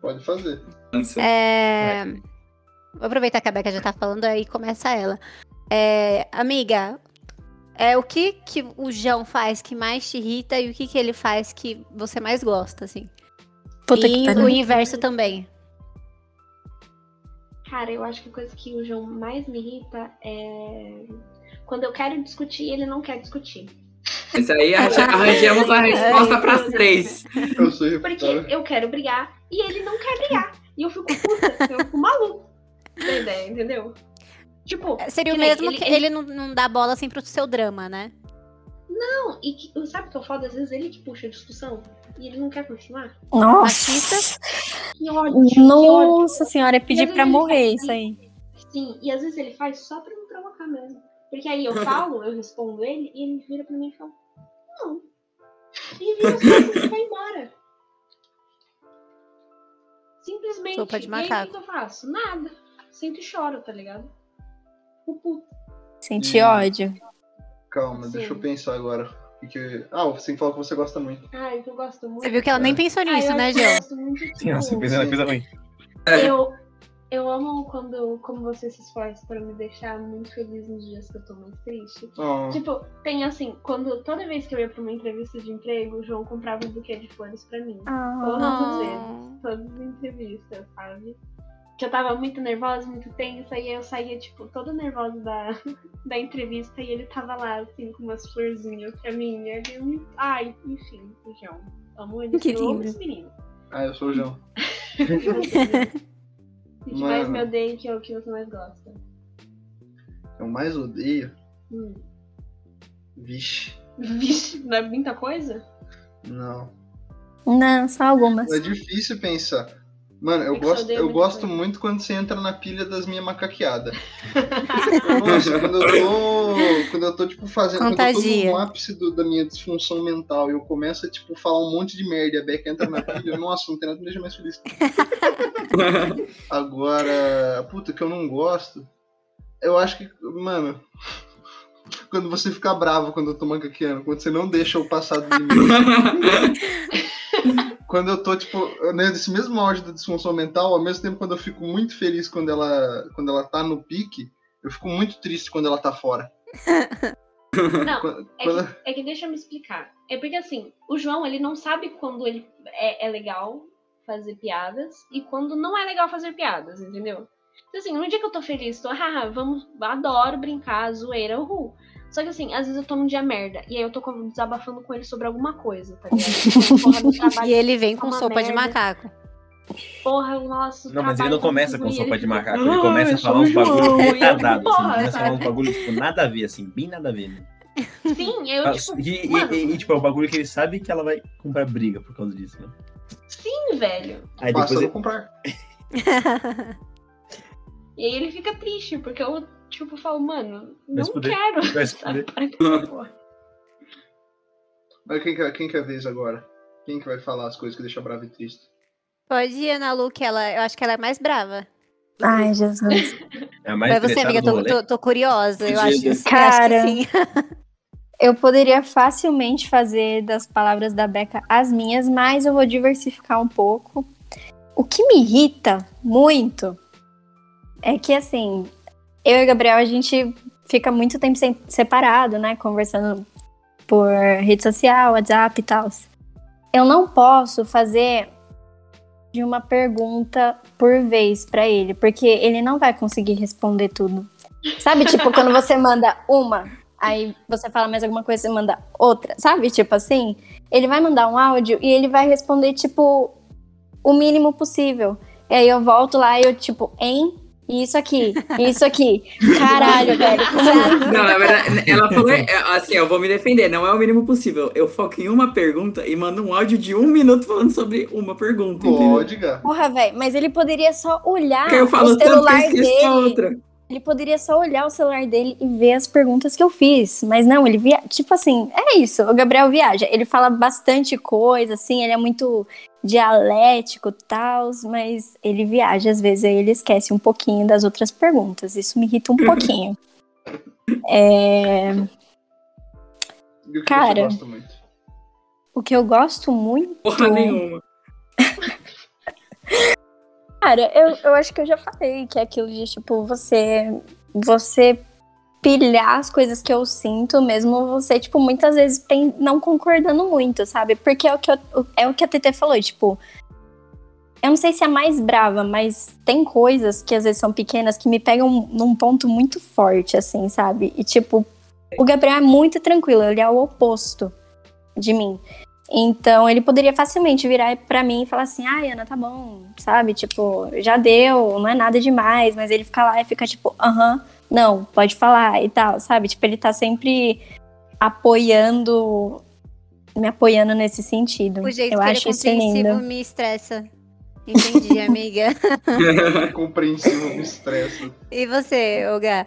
Pode fazer. É, Vou aproveitar que a Beca já tá falando aí começa ela. É, Amiga, é o que que o João faz que mais te irrita e o que que ele faz que você mais gosta, assim? Puta que e pariu. o inverso também. Cara, eu acho que a coisa que o João mais me irrita é. Quando eu quero discutir, ele não quer discutir. É. Isso aí arranj- Ah, arranjamos a resposta para as três. Eu tá? sou Porque irrefutável. eu quero brigar e ele não quer brigar. E eu fico puta, eu fico maluco. Da ideia, entendeu? Tipo, É, Seria o Que nem mesmo ele- que ele- ele não, não dá bola assim pro seu drama, né? não, e que- sabe o que eu foda? Às vezes ele que puxa a discussão e ele não quer continuar. Nossa. Machista. Que ódio, que ódio. Nossa senhora, é pedir pra morrer isso aí. Sim, e às vezes ele faz só pra me provocar mesmo. Porque aí eu falo, eu respondo ele, e ele vira pra mim e fala, não. E vira as costas e vai embora. Simplesmente. Sopa de E aí, o que macaco. que eu faço? Nada. Sinto e choro, tá ligado? Fico puta. Sentir Hum. ódio. Calma, Sim. deixa eu pensar agora. O que que- Ah, você tem que falar que você gosta muito. Ai, que eu gosto muito. Você viu que ela nem pensou Ai, nisso, Ah, eu né, acho que João? Eu gosto muito Sim, nossa, tipo, pensando na coisa ruim. eu, eu amo quando como você se esforça pra me deixar muito feliz nos dias que eu tô mais triste. Ah, Tipo, tem assim, quando toda vez que eu ia pra uma entrevista de emprego, o João comprava um buquê de flores pra mim. Todas as vezes, Ah, todas as entrevistas, sabe? Que eu tava muito nervosa, muito tensa, e aí eu saía, tipo, toda nervosa da, da entrevista e ele tava lá, assim, com umas florzinhas pra mim. E ele muito. Ai, enfim, o João. Amo ele. Que Eu amo lindo. esse menino. ah, eu sou o João. O que mais Mano. me odeia e que é o que você mais gosta. Eu mais odeio. Hum. Vixe. Vixe, não é muita coisa? Não. Não, só algumas. É difícil pensar. Mano, É eu que você gosto, odeia eu muita gosto coisa. muito quando você entra na pilha das minhas macaqueadas. Nossa, quando eu tô. Quando eu tô, tipo, fazendo. Quando eu Contagia. tô no ápice do- da minha disfunção mental e eu começo a, tipo, falar um monte de merda e a Beca entra na pilha, nossa, não tem nada que me deixa mais feliz. Agora, puta, que eu não gosto. Eu acho que, mano. Quando você fica bravo quando eu tô macaqueando, quando você não deixa eu passar do limite. quando eu tô, tipo, nesse mesmo auge da disfunção mental, ao mesmo tempo quando eu fico muito feliz quando ela, quando ela tá no pique, eu fico muito triste quando ela tá fora. Não, Quando- É quando- que, é que deixa eu me explicar. É porque assim, o João ele não sabe quando ele é, é legal fazer piadas e quando não é legal fazer piadas, entendeu? Então assim, no dia que eu tô feliz, tô, ah, vamos, adoro brincar, zoeira, uhul. Só que assim, às vezes eu tô num dia merda e aí eu tô com- desabafando com ele sobre alguma coisa, tá ligado? Tipo, porra, meu trabalho, E ele vem com Uma sopa de merda. macaco. porra, nossa, Não, mas ele tá não começa com sopa de macaco, ele Ah, começa eu a falar sou uns o João, bagulho e eu- retardado. Assim, Porra, começa a falar sabe? uns bagulho, tipo, nada a ver, assim, bem nada a ver. né? Sim, eu tipo, E, e- mano. e- e, tipo, é o bagulho que ele sabe que ela vai comprar briga por causa disso, né? sim, velho. Aí Passa, depois é- eu ele vou comprar. E aí ele fica triste, porque eu, tipo, falo, mano, Vai se não fuder. quero. vai se Sabe? fuder. Para com essa porra. Mas quem que, quem que é a vez agora? Quem que vai falar as coisas que deixa bravo e triste? Pode ir, Ana Lu, que ela, eu acho que ela é mais brava. Ai, Jesus. É a mais Mas você, amiga, estressada do tô, rolê. tô- tô curiosa. Eu acho, eu acho que Cara. sim. Eu poderia facilmente fazer das palavras da Beca as minhas, mas eu vou diversificar um pouco. O que me irrita muito é que, assim, eu e o Gabriel, a gente fica muito tempo sem- separado, né? Conversando por rede social, WhatsApp e tal. Eu não posso fazer de uma pergunta por vez pra ele, porque ele não vai conseguir responder tudo. Sabe, tipo, quando você manda uma, Aí você fala mais alguma coisa e manda outra, sabe? Tipo assim, ele vai mandar um áudio e ele vai responder, tipo, o mínimo possível. E aí eu volto lá e eu, tipo, hein? Isso aqui, isso aqui. Caralho, velho. Não, na verdade, ela falou é, assim, eu vou me defender, não é o mínimo possível. Eu foco em uma pergunta e mando um áudio de um minuto falando sobre uma pergunta, entendeu? Pode, cara. Porra, velho, mas ele poderia só olhar Porque eu falo Ah, o tanto que eu celular esqueço dele. a outra. Ele poderia só olhar o celular dele e ver as perguntas que eu fiz. Mas não, ele via. Tipo assim, é isso. O Gabriel viaja. Ele fala bastante coisa, assim, ele é muito dialético e tal, mas ele viaja, às vezes, aí ele esquece um pouquinho das outras perguntas. Isso me irrita um pouquinho. É, E o que você Cara. gosta muito? o que eu gosto muito. Porra nenhuma. Cara, eu, eu acho que eu já falei que é aquilo de, tipo, você. Você pilhar as coisas que eu sinto, mesmo você, tipo, muitas vezes pen- não concordando muito, sabe? Porque é o que, eu- é o que a TT falou, tipo. Eu não sei se é mais brava, mas tem coisas que às vezes são pequenas que me pegam num ponto muito forte, assim, sabe? E, tipo, o Gabriel é muito tranquilo, ele é o oposto de mim. Então ele poderia facilmente virar pra mim e falar assim: ai, Ana, tá bom, sabe? Tipo, já deu, não é nada demais. Mas ele fica lá e fica tipo: aham, não, pode falar e tal, sabe? Tipo, ele tá sempre apoiando, me apoiando nesse sentido. O jeito Eu que ele é acho isso lindo. compreensivo me estressa. Entendi, amiga. Compreensivo, me estressa. E você, Olga?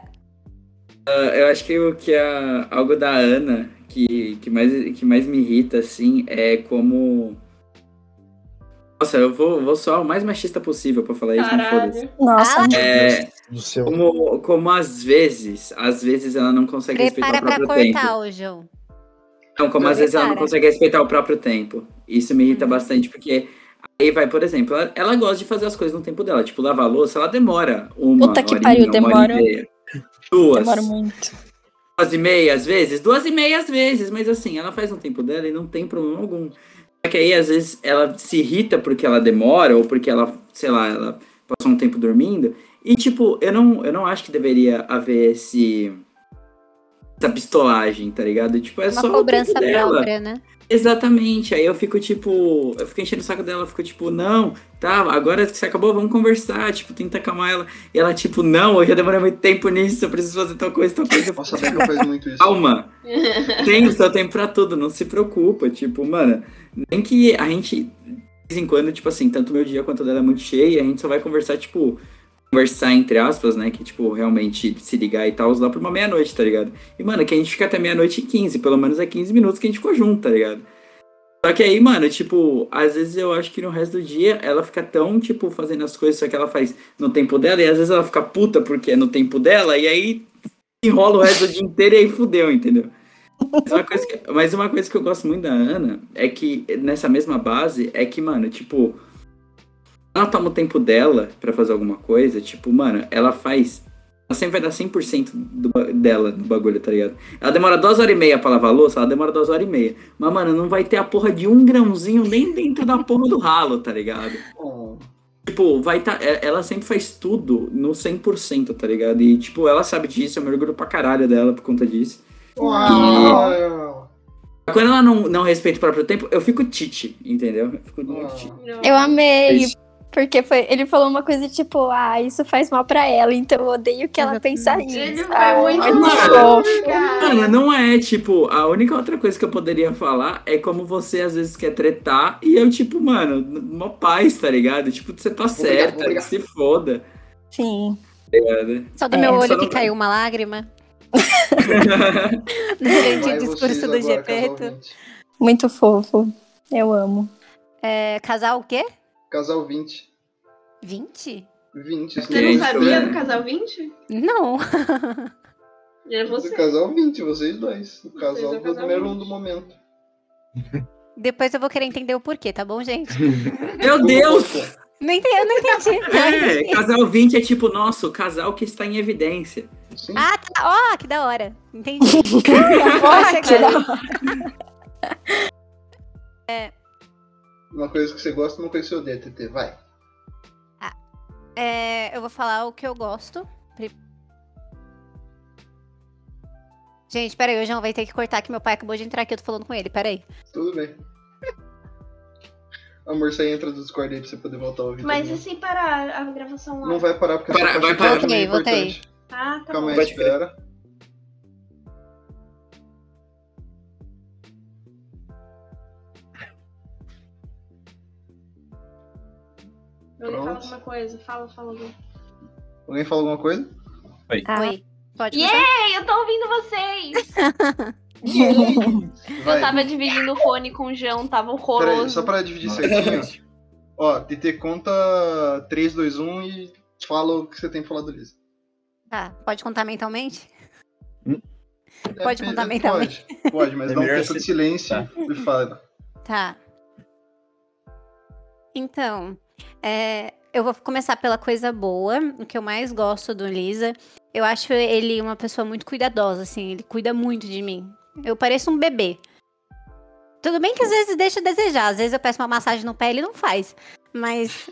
Ah, Eu acho que o que a, algo da Ana que, que, mais, que mais me irrita, assim, é como. Nossa, eu vou, vou soar o mais machista possível pra falar isso, mas foda-se. Caralho. Nossa, É, Do céu. como, como às vezes, às vezes ela não consegue Prepara respeitar pra o próprio cortar, tempo. ô João. Não, como às vezes ela não Prepara. consegue respeitar o próprio tempo. Isso me Uhum. irrita bastante, porque aí vai, por exemplo, ela, ela gosta de fazer as coisas no tempo dela. Tipo, lavar a louça, ela demora uma Puta que horinha, pariu, uma hora e demora. meia. Duas. demora muito. duas e meia às vezes, duas e meia às vezes, mas assim, ela faz no tempo dela e não tem problema algum. Só que aí, às vezes, ela se irrita porque ela demora, ou porque ela, sei lá, ela passou um tempo dormindo. E, tipo, eu não, eu não acho que deveria haver esse. Essa pistolagem, tá ligado? Tipo, é Uma só o cobrança tempo dela. própria, né? Exatamente. Aí eu fico tipo, eu fico enchendo o saco dela, eu fico tipo, não, tá, agora que você acabou, vamos conversar, tipo, tenta acalmar ela. E ela tipo, não, eu já demorei muito tempo nisso, eu preciso fazer tal coisa, tal coisa. Eu fico, Nossa, a Becca faz muito isso. Calma, tem o seu tempo pra tudo, não se preocupa. Tipo, mano, nem que a gente, de vez em quando, tipo assim, tanto meu dia quanto o dela é muito cheio, a gente só vai conversar, tipo, conversar entre aspas, né? Que, tipo, realmente se ligar e tal, lá pra uma meia-noite, tá ligado? E, mano, que a gente fica até meia-noite e 15, pelo menos é 15 minutos que a gente ficou junto, tá ligado? Só que aí, mano, tipo, às vezes eu acho que no resto do dia ela fica tão, tipo, fazendo as coisas só que ela faz no tempo dela, e às vezes ela fica puta porque é no tempo dela, e aí enrola o resto do dia inteiro e aí fudeu, entendeu? Mas uma, coisa que, mas uma coisa que eu gosto muito da Ana é que nessa mesma base é que, mano, tipo, ela toma o tempo dela pra fazer alguma coisa, tipo, mano, ela faz. Ela sempre vai dar 100% do, ba- dela no bagulho, tá ligado? Ela demora duas horas e meia pra lavar a louça, ela demora duas horas e meia. Mas, mano, não vai ter a porra de um grãozinho nem dentro da porra do ralo, tá ligado? Bom, Tipo, vai tá. é- Ela sempre faz tudo no 100%, tá ligado? E, tipo, ela sabe disso, eu me orgulho pra caralho dela por conta disso. Uau! Quando ela não, não respeita o próprio tempo, eu fico tite, entendeu? Eu fico Ah. muito tite. Eu amei. Isso. Porque foi, ele falou uma coisa tipo, ah, isso faz mal pra ela, então eu odeio que ela pensa Ah, Ele isso. vai é muito mas, longe, cara. Mano, não é, tipo, a única outra coisa que eu poderia falar é como você às vezes quer tretar e eu, tipo, mano, mó paz, tá ligado? Tipo, você tá certa, obrigado. se foda. tá Sim. Só do É, meu olho só que não- caiu uma lágrima. Durante Vai o vocês discurso do agora, Gepeto. casal 20. Muito fofo. Eu amo. né? É, casal o quê? Casal 20. 20? 20. Você Gente, não sabia né? do casal 20? Não. Era você. Do casal 20, vocês dois. O casal são do casal número 1 20. do momento. Depois eu vou querer entender o porquê, tá bom, gente? Meu Deus! Não entendi, eu não entendi. Não É, entendi. casal 20 é tipo, nossa, o casal que está em evidência. Sim. Ah, tá. Ó, que da hora. Entendi. Nossa, que da Uma coisa que você gosta e uma coisa que você odeia, TT. Vai. É, eu vou falar o que eu gosto. Pri- Gente, peraí, o João vai ter que cortar que meu pai acabou de entrar aqui, eu tô falando com ele, peraí. Tudo bem. Amor, você entra do Discord aí pra você poder voltar a ouvir. Mas e também. se parar a gravação lá? Não vai parar porque Para- essa vai parte parar. também é Voltei, importante. Ah, tá Calma bom. aí, Pode crer. espera. Eu ia falar Pronto. alguma coisa. Fala, fala. Lu. Alguém falou alguma coisa? Ah. Oi. Pode Yeah! começar? Ei, eu tô ouvindo vocês! Eu Vai. tava dividindo o fone com o João, tava Peraí, horroroso. só pra dividir certinho. Ó, TT conta 3, 2, 1 e fala o que você tem pra falar do Lisa. Tá, pode contar mentalmente? É, Pode contar é, bem Pode, pode, mas É dá um melhor tempo de se- silêncio Tá. e fala. Tá. Então, é, eu vou começar pela coisa boa, o que eu mais gosto do Lisa. Eu acho ele uma pessoa muito cuidadosa, assim, ele cuida muito de mim. Eu pareço um bebê. Tudo bem que às vezes deixa a desejar, às vezes eu peço uma massagem no pé ele não faz. Mas,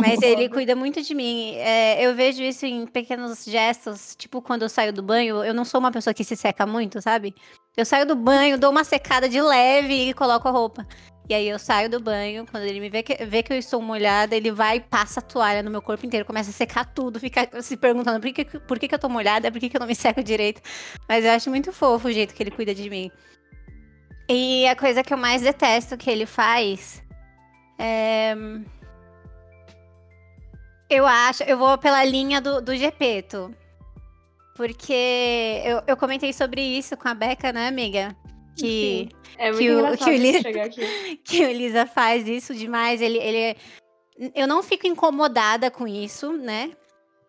mas ele cuida muito de mim. É, eu vejo isso em pequenos gestos, tipo quando eu saio do banho, eu não sou uma pessoa que se seca muito, sabe? Eu saio do banho, dou uma secada de leve e coloco a roupa. E aí eu saio do banho, quando ele me vê que, vê que eu estou molhada, ele vai e passa a toalha no meu corpo inteiro, começa a secar tudo, fica se perguntando por que, que- por que, que eu tô molhada, por que, que eu não me seco direito. Mas eu acho muito fofo o jeito que ele cuida de mim. E a coisa que eu mais detesto que ele faz é. Eu acho, eu vou pela linha do, do Gepeto. Porque eu, eu comentei sobre isso com a Beca, né, amiga? Que É muito que o- engraçado que o Lisa- chegar aqui. que o Lisa faz isso demais. Ele, ele, eu não fico incomodada com isso, né?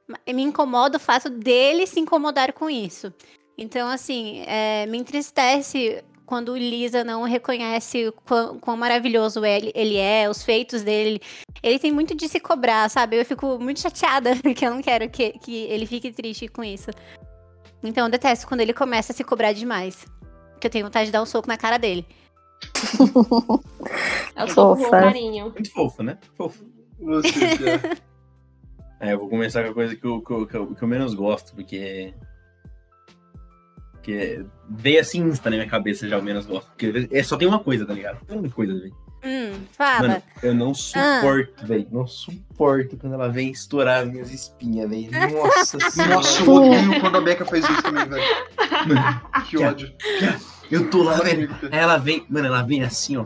Ma- Me incomoda o fato dele se incomodar com isso. Então, assim, é, me entristece quando o Lisa não reconhece o quão, quão maravilhoso ele, ele é, os feitos dele. Ele tem muito de se cobrar, sabe? Eu fico muito chateada, porque eu não quero que, que ele fique triste com isso. Então, eu detesto quando ele começa a se cobrar demais. Que eu tenho vontade de dar um soco na cara dele. Eu tô com Fofa. É o carinho. Muito fofo, né? Fofo. Você, Zé. É, eu vou começar com a coisa que eu, que eu, que eu, que eu menos gosto, porque. Porque veio assim insta na minha cabeça já o menos gosto. Porque é, só tem uma coisa, tá ligado? Tem uma coisa, velho. Hum, Ah, fala. Mano, eu não suporto, velho. Não suporto quando ela vem estourar as minhas espinhas, velho. Nossa senhora. Nossa, eu odeio quando a Beca faz isso também, velho. Mano, Que ódio. eu tô lá, velho. Puta. Aí ela vem, mano, ela vem assim, ó.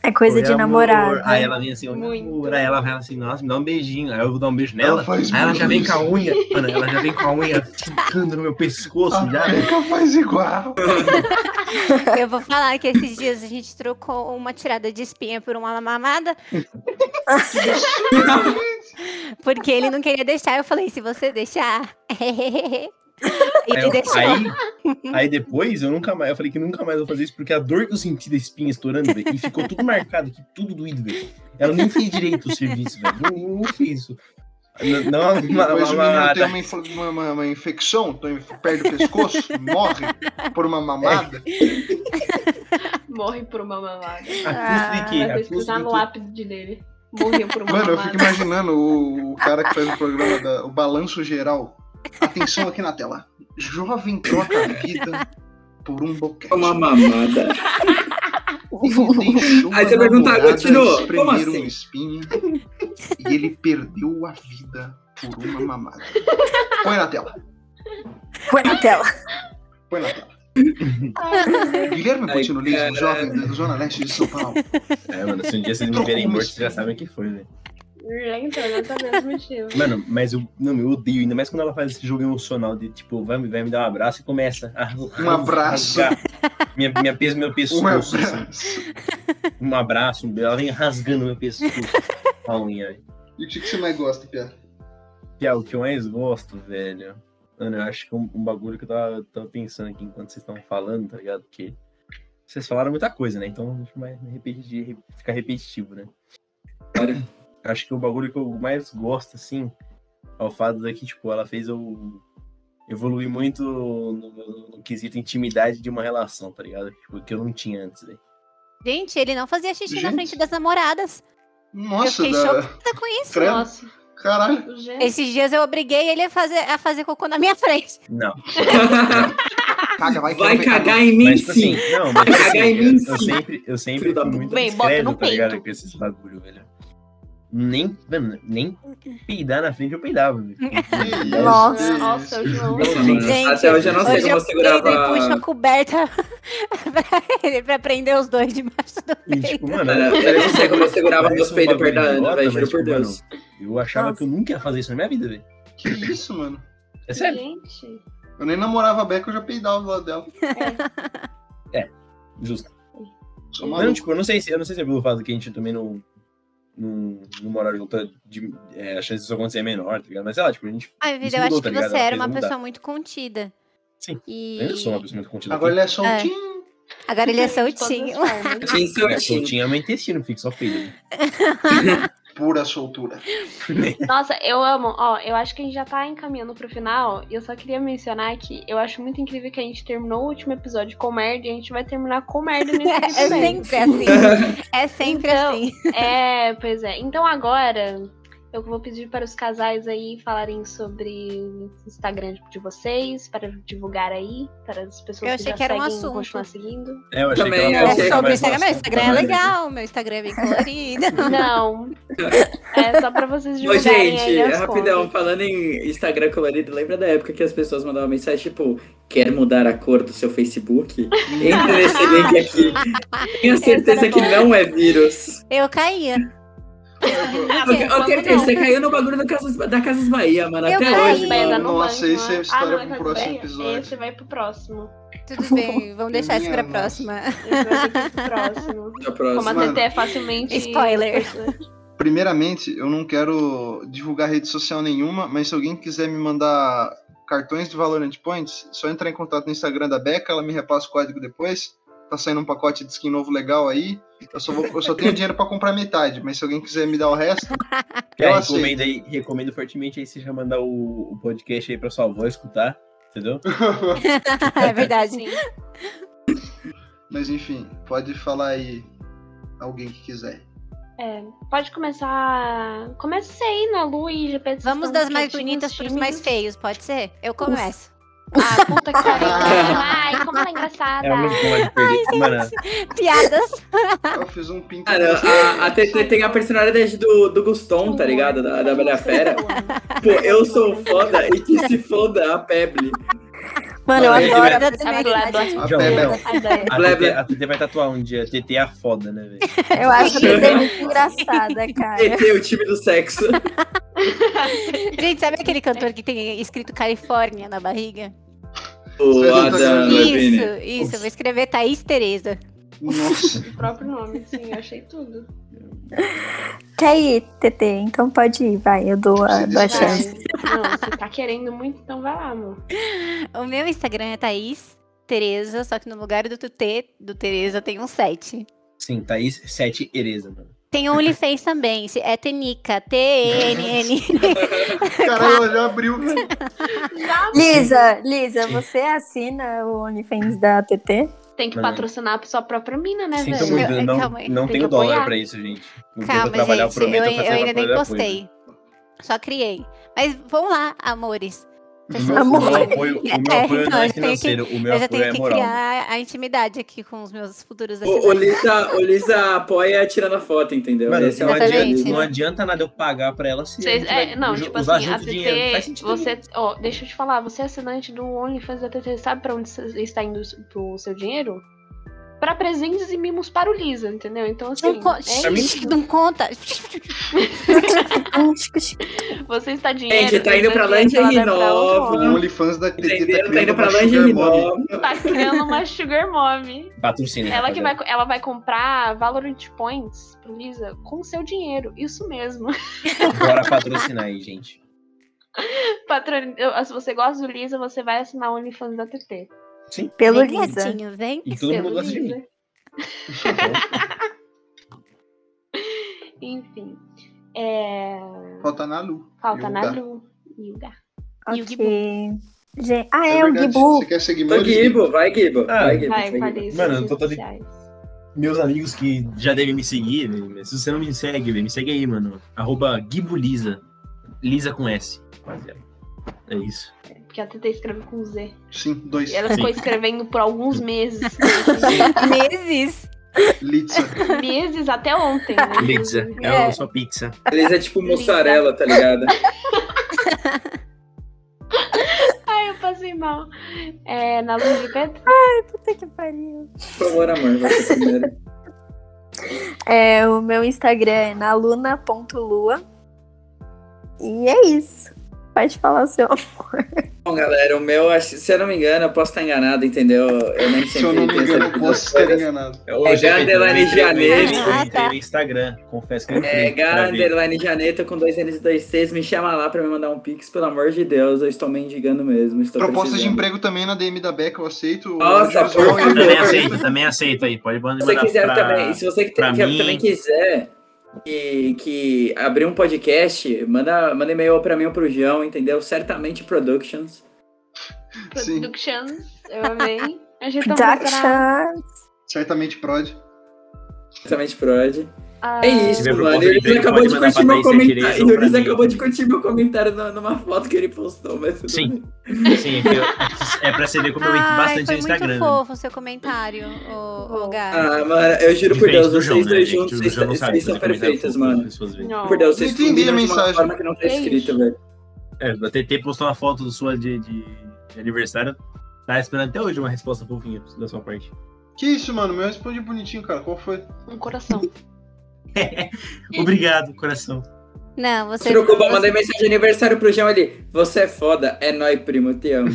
É coisa Oi, de né? amor. namorado. Aí ela vem assim, Muito. Muito. amor. Aí ela vem assim, nossa, me dá um beijinho. Aí eu vou dar um beijo Ela nela. faz Aí ela muito já vem com a isso. unha, mano, ela já vem com a unha ficando no meu pescoço A já. velho. Beca Ah, faz igual. Eu vou falar que esses dias a gente trocou uma tirada de espinha por uma mamada. Porque ele não queria deixar. Eu falei, se você deixar. e Aí, ele eu- deixou. aí- aí depois eu nunca mais, eu falei que nunca mais vou fazer isso, porque a dor que eu senti da espinha estourando, velho, e ficou tudo marcado aqui, tudo doído, velho. Ela nem fez direito o serviço, velho. Não, não fez isso. Não, não uma- uma- Depois o uma- menino tem uma, infla- uma- uma- uma infecção, então ele perde o pescoço, morre por uma mamada. Morre por uma mamada. Ah, a custo Ah, de quê? Vai A custo pesquisar de no quê? lápide dele. Morreu por uma Mano, eu mamada. fico imaginando o, o cara que faz o programa, da- o Balanço Geral. Atenção aqui na tela. Jovem troca a vida por um boquete. É Uma mamada. Ele deixou Aí você a pergunta, namorada "Continua, espremer como assim?" um espinho e ele perdeu a vida por uma mamada. Põe na tela. Põe na tela. Põe na tela. Ai, meu Deus. Guilherme Ai, Coutinho Lismo, caralho. jovem da Zona Leste de São Paulo. É, mano, se um dia vocês me verem assim? morto, vocês já sabem o que foi, velho. Gente, exatamente o motivo. Mano, mas eu, não, eu odeio, ainda mais quando ela faz esse jogo emocional de tipo, vai, me- vai me dar um abraço e começa a Um abraço. rasgar Minha, minha, pes- meu Um pescoço. assim. abraço. Um abraço, um beijo. ela vem rasgando meu pescoço. A unha. velho. E o que que você mais gosta, Pia? Que é o que eu mais gosto, velho. Mano, eu acho que um, um bagulho que eu tava, tava pensando aqui enquanto vocês estavam falando, tá ligado? Porque vocês falaram muita coisa, né? Então deixa eu mais repetir, re- ficar repetitivo, né? Claro. Acho que o bagulho que eu mais gosto, assim, é o fato de que, tipo, ela fez eu evoluir muito no, no- no quesito intimidade de uma relação, tá ligado? Tipo, que eu não tinha antes, velho. Gente, ele não fazia xixi na Gente. frente das namoradas. Nossa, eu fiquei da... chocada com isso. Credo. Nossa. Caralho. Gente, Esses dias eu obriguei ele a fazer, a fazer cocô na minha frente. Não. Caga, vai, Vai caga, cagar em mim Mas, tipo sim. assim, não, mas Vai assim, cagar em eu, mim, eu sim. sempre, eu sempre Filho da fui puta. muito Bem, bota discreto, no tá ligado? peito. Com esses bagulho, velho. Nem, mano, nem peidar na frente eu peidava. velho. Que isso, Nossa. que Nossa, o isso. João. Nossa, mano, Gente, até hoje eu não sei Hoje como eu segurava. peido e puxo a coberta pra ele, pra prender os dois debaixo do E, peito. tipo, mano, Mano, eu não sei como eu segurava meus parece um peitos bagulho perto da Ana, idiota, velho. mas, Juro tipo, por Deus. mano, eu achava que eu nunca ia fazer isso na minha vida, velho. Que isso, mano. É sério? Gente. Eu nem namorava a Beca, eu já peidava do lado dela. Justo. Tá Sou Não, maluco. tipo, eu não sei se, eu não sei se é pelo fato que a gente também não. Não, não morar junto, de, é, a chance disso acontecer é menor, tá ligado? Mas sei lá, tipo, a gente. Ai, vida, isso eu mudou, acho tá que ligado? você Ela era uma fez mudar. pessoa muito contida. Sim, E... Eu sou uma pessoa muito contida. Agora Agora ele é soltinho. Agora ele é de todas as soltinho. formas. Tinha seu é tinha. soltinho, é meu intestino, fica só peido. né? Pura soltura. Nossa, eu amo. Ó, eu acho que a gente já tá encaminhando pro final. E eu só queria mencionar que eu acho muito incrível que a gente terminou o último episódio com merda e a gente vai terminar com merda nesse É episódio. sempre assim. É sempre Então, assim. É, pois é. Então agora eu vou pedir para os casais aí falarem sobre o Instagram de vocês, para divulgar aí, para as pessoas Eu que achei já que era um seguem assunto. continuar seguindo. É, eu achei Também que Eu ela É achei que sobre era o Instagram. Meu mais nossa, Instagram é né? legal, meu Instagram é bem colorido. Não. É só para vocês Ô, divulgarem gente, é aí as rapidão, contas. falando em Instagram colorido, lembra da época que as pessoas mandavam mensagem tipo, quer mudar a cor do seu Facebook? Entra nesse link aqui. Tenha certeza era que boa. não é vírus. Eu caía. Ah, Ô, bom, Eu- ô, quando Tertê, não? você caiu no bagulho da Casas, da Casas Bahia, mano, tá Eu até caí. hoje. Vai dar no Nossa, banco, isso é né? história não, pro essa próximo daí- episódio. Esse vai pro próximo. Tudo bem, vamos deixar isso pra Minha próxima. Esse vai ser pro próximo. Até a Como próxima. a Mano. TT é facilmente. Spoiler. Primeiramente, eu não quero divulgar rede social nenhuma, mas se alguém quiser me mandar cartões de Valorant Points, é só entrar em contato no Instagram da Beca, ela me repassa o código depois. Tá saindo um pacote de skin novo legal aí. Eu só, vou- eu só tenho dinheiro pra comprar metade, mas se alguém quiser me dar o resto, É, Eu recomendo, aí, recomendo fortemente aí você já mandar o, o podcast aí pra sua avó escutar, entendeu? é verdade. Sim. mas enfim, pode falar aí alguém que quiser. É, pode começar. Comece aí na Lu e GP. vocês Vamos estão das mais quietinhos, bonitas pros tímidos. mais feios, pode ser? Eu começo. Ah, puta que pariu. Ai, como ela é Ah, tá. engraçada. É o único que pode perder. Mano, Piadas. Eu fiz um pinto. Cara, a, a TT tem a personalidade do, do Guston, tá ligado? Da, da Bela Fera. é Pô, eu sou foda e que se foda a Peble. Mano, eu Não, ele adoro. da Sabe do lado? temeridade. a João, Bebel. João. a Blé, TT, blé. a TT vai tatuar um dia, TT é a foda, né, velho? Eu acho que é muito engraçada, cara. TT, o time do sexo. Gente, sabe aquele cantor que tem escrito Califórnia na barriga? O Você tá Adam Não, não é Isso, Levine. isso. eu Vou escrever Thaís Tereza. Nossa, O próprio nome, sim, eu achei tudo. Quer ir, TT? Então pode ir, vai. Eu dou a, Tá dou a Vai. chance. Não, você tá querendo muito, então vai lá, amor. O meu Instagram é Thaís Tereza, só que no lugar do TT, do Tereza, tem um 7. Sim, Thaís 7 Ereza, mano. Tem OnlyFans também, se- é Tenica, T-N-N. caralho, ela já abriu. Lisa, Lisa, você assina o OnlyFans da TT? Tem que Mano. patrocinar a sua própria mina, né, Sinto velho? muito, Eu- não, calma aí, não tem tenho que dólar apoiar. pra isso, gente. Um dia eu vou Calma, trabalhar, eu gente, eu, prometo eu fazer ainda uma nem coisa postei. Só criei. Mas vamos lá, amores. Pessoas O meu Amor. apoio, o meu É, apoio então, não eu é já tenho que- financeiro, o meu Eu já apoio tenho é que moral. criar a intimidade aqui com os meus futuros O, o, assinantes. Lisa, o Lisa apoia tirando a foto, entendeu? Mano, Esse é o não, adianta, Exatamente. não adianta nada eu pagar pra ela se. Vocês- a gente vai é, não, ju- tipo usar assim, a junto dinheiro, não faz TT, sentido né? você, ó, deixa eu te falar, você é assinante do OnlyFans da TT, sabe pra onde cê- está indo o seu- o seu dinheiro? Pra presentes e mimos para o Lisa, entendeu? Então, assim, Não, con- é mim- É Shhh, não conta. Você está dinheiro. Gente, tá indo pra você está lingerie dinheiro, ela vai pra nova. O um OnlyFans da TT tá Entendeu? Tá criando indo pra uma Lange sugar mommy. Nova. outra. Tá criando uma sugar mommy. Patrocina. Ela que vai, rapaziada. ela vai comprar Valorant Points pro Lisa com seu dinheiro. Isso mesmo. Bora patrocinar aí, gente. Patron... eu- Se você gosta do Lisa, você vai assinar o OnlyFans da TT. Pelo Vem, Lisa. gatinho, vem. E todo Pelo mundo gosta de Lisa. mim. né? Então, Enfim. É... Falta na Lu. Falta na Yuga. Lu. Yuga. E o Ok. Gibu. Gente- Ah, é, o verdade, Gibu. Você quer seguir Então, meu Gibu? Gibo, vai, Gibo. Ah, Vai, Gibo. Vai, vai, Gibo. falei isso. nas Mano, eu tô redes todo- sociais. Meus amigos que já devem me seguir, velho, mas se você não me segue, velho, me segue aí, mano. Arroba Gibuliza. Lisa com S, rapaziada. É isso. Porque a TT escreve com Z. Sim, dois. E ela Sim. ficou escrevendo por alguns meses. Meses. Litsa. meses até ontem. né? Lisa, é, É. é só pizza. Eles é tipo mussarela, tá ligado? Ai, eu passei mal. É, na luz de Pedro? Puta que pariu. Por favor, amor, você primeiro. É, o meu Instagram é naluna.lua. E é isso. Pode falar o seu. Bom, galera, o meu, acho- se eu não me engano, eu posso estar enganado, entendeu? Eu nem Se eu sempre não me penso engano, eu nessas posso ter coisas. tá enganado. É hoje, É Pedro, eu Gadelane entrei- eu entrei- Janeiro. Eu entrei Ah, no tá. Instagram, confesso que eu entrei. É, pra ver. Garderline Janeta com dois N's e dois C's, me chama lá pra me mandar um pix, pelo amor de Deus, eu estou mendigando mesmo, estou Propostas de precisando. emprego também na DM da Beca, eu aceito. Nossa, Eu por favor. Também aceito, também aceito aí. Pode mandar Se você quiser pra... também, se você que pra que- mim. também quiser que, que abrir um podcast, manda, manda e-mail pra mim ou pro João, entendeu? Certamente Productions. Sim. Productions. Eu amei. A gente tá Dakshan. Certamente prod. Certamente Prod. Ah, É Se isso, tiver mano. proposta O de Yuriz emprego, acabou pode de mandar curtir pra meu Thaís Certeza comentário. ou pra Yuriz mim. acabou de curtir meu comentário na- numa foto que ele postou, mas tudo Sim. bem. Sim, que eu- é pra você ver como eu entro Ai, bastante foi no Instagram. muito né? fofo o seu comentário, ô, ô Gá. Ah, mano, eu juro por Diferente Deus, do João, vocês né, dois gente? O juntos, vocês João não sabe vocês são fazer comentário perfeitos, fofo, mano. as pessoas veem. não. Por Deus, vocês Não entendi combinam a de uma mensagem. forma que não tá Que escrito, isso? velho. É, a TT postou uma foto sua de, de, de aniversário. Tá esperando até hoje uma resposta fofinha da sua parte. Que isso, mano? Meu responde bonitinho, cara. Qual foi? Um coração. É. Obrigado, coração. Não, você. Surucuba, você- mandei mensagem de aniversário pro João ali. Você é foda, é nóis, primo, te amo.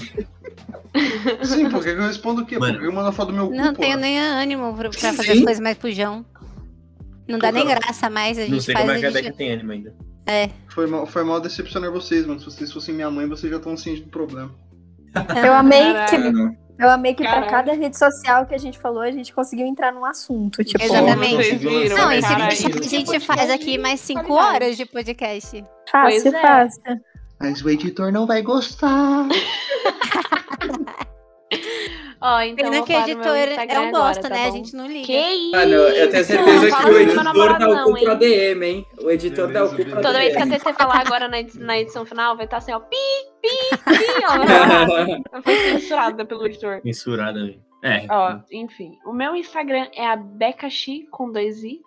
Sim, porque eu respondo o quê? Mano. Porque eu mando a foto do meu Não cu, tenho porra. nem ânimo pra pra fazer Sim. as coisas mais pujão. Não dá Pô, nem cara, graça mais, a Não gente sei como faz. é que a a Deca gente- tem ânimo ainda. Foi mal, foi mal decepcionar vocês, mano. Se vocês fossem minha mãe, vocês já estão cientes do problema. Eu amei que Ah, não. Eu amei que pra Caralho. cada rede social que a gente falou, a gente conseguiram entrar num assunto. Tipo, Exatamente. Vocês viram, Tá Não, e se Caralho, deixar, a isso gente é faz podcast aqui de mais cinco qualidade. horas de podcast. fácil, Pois é. fácil. Mas o editor não vai gostar. Ó, então. Pena eu que vou o falar no meu editor é Instagram um agora, bosta, tá né? A bom? gente não liga. Que isso? Mano, eu tenho Não certeza que fala o isso pro meu editor tá dá namorado, o cu não, pro hein? ADM, hein? O editor dá o cu Beleza, pro Toda vez que a ADM. TT falar agora na edi- na edição final, vai estar assim, ó, pi, pi, pi, ó. vai falar. Foi censurada pelo editor. Censurada, velho. É. Ó, enfim, o meu Instagram é a Becaxi com dois i.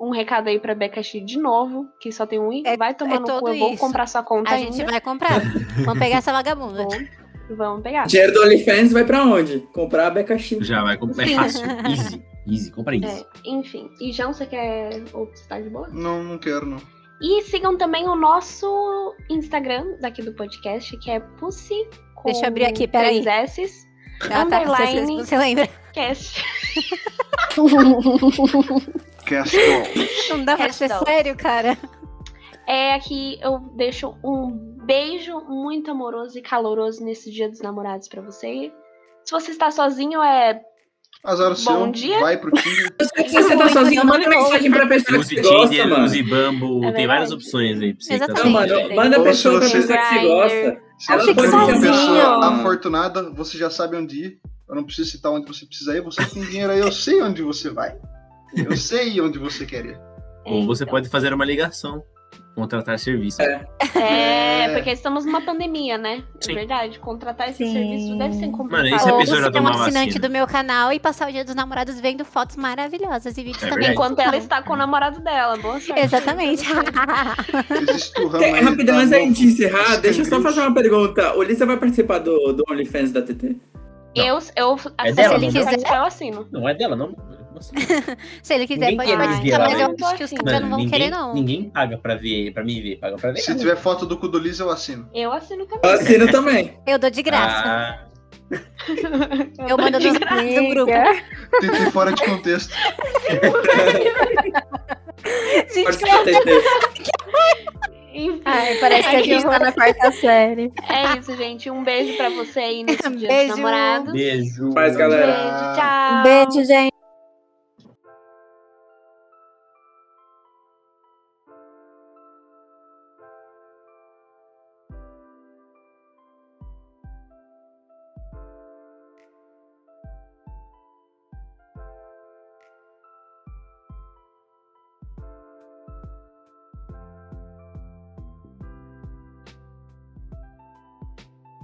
Um recado aí pra Becaxi de novo, que só tem um i. É- vai tomar é no todo cu, eu vou isso. comprar sua conta Então A ainda. gente vai comprar. Vamos pegar essa vagabunda. Uhum. Bom, Vamos pegar. Dinheiro do OnlyFans vai pra onde? Comprar a Beca Chica. Já vai. com- É fácil. Easy. Easy. Compra É, easy. enfim, e João, você quer outra de boa? Não, não quero, não. E sigam também o nosso Instagram daqui do podcast, que é Pussy com Deixa eu abrir aqui, peraí. três S's, é Ela tá- você- você- Underline. você lembra? cast. Castle. Não dá pra ser Hashtag. sério, cara. É aqui eu deixo um beijo muito amoroso e caloroso nesse Dia dos Namorados pra você. Se você está sozinho, é Azar o seu. Bom dia. Vai pro Tinder. Se você tá sozinho, manda mensagem pra É. pessoa que Use você gosta, Tinder, mano. use Bumble. É tem verdade. várias opções aí pra você. que tá Não, Exatamente. ouvindo mano, aí. manda a Ou se pessoa pra você- pessoa que você gosta. Se Ela você fica for tá uma sozinha. pessoa tá afortunada, você já sabe onde ir. Eu não preciso citar onde você precisa ir. Você tem dinheiro aí, eu sei onde você vai. Eu sei onde você quer ir. Ou É, você então. pode fazer uma ligação. Contratar serviço. É, porque estamos numa pandemia, né? É Sim. verdade. Contratar esse Sim. serviço deve ser complicado. Mano, esse Ou episódio você era é um tomar vacina. assinante do meu canal e passar o dia dos namorados vendo fotos maravilhosas e vídeos É também. Tá. verdade. Enquanto ela está com o namorado dela. Boa sorte. Exatamente. Existe o ramo Tem- aí, Rapidão, tá antes da novo. gente encerrar, deixa eu só Escangrijo. fazer uma pergunta. O Lisa vai participar do, do OnlyFans da TT? Eu, eu É assino, dela, se ele não é? quiser, tipo, eu assino. Não é dela, não. Nossa. Se ele quiser, Ninguém pode quer mais participar, virar, mas eu né? acho que os Mano, caras não vão ninguém, querer, não. Ninguém paga pra ver, pra mim ver. Paga pra ver. Se tiver foto do cu do Liz, eu assino. Eu assino também. Eu assino também. Eu dou de graça. Ah, eu mando de no, no um grupo. Tentei fora de contexto. Gente, Participa, TT. Enfim, Ai, parece que a gente tá na quarta série. é isso, gente. Um beijo pra você aí nesse dia Beijo. dos namorados. Beijo. Faz, galera. Beijo, tchau. Beijo, gente.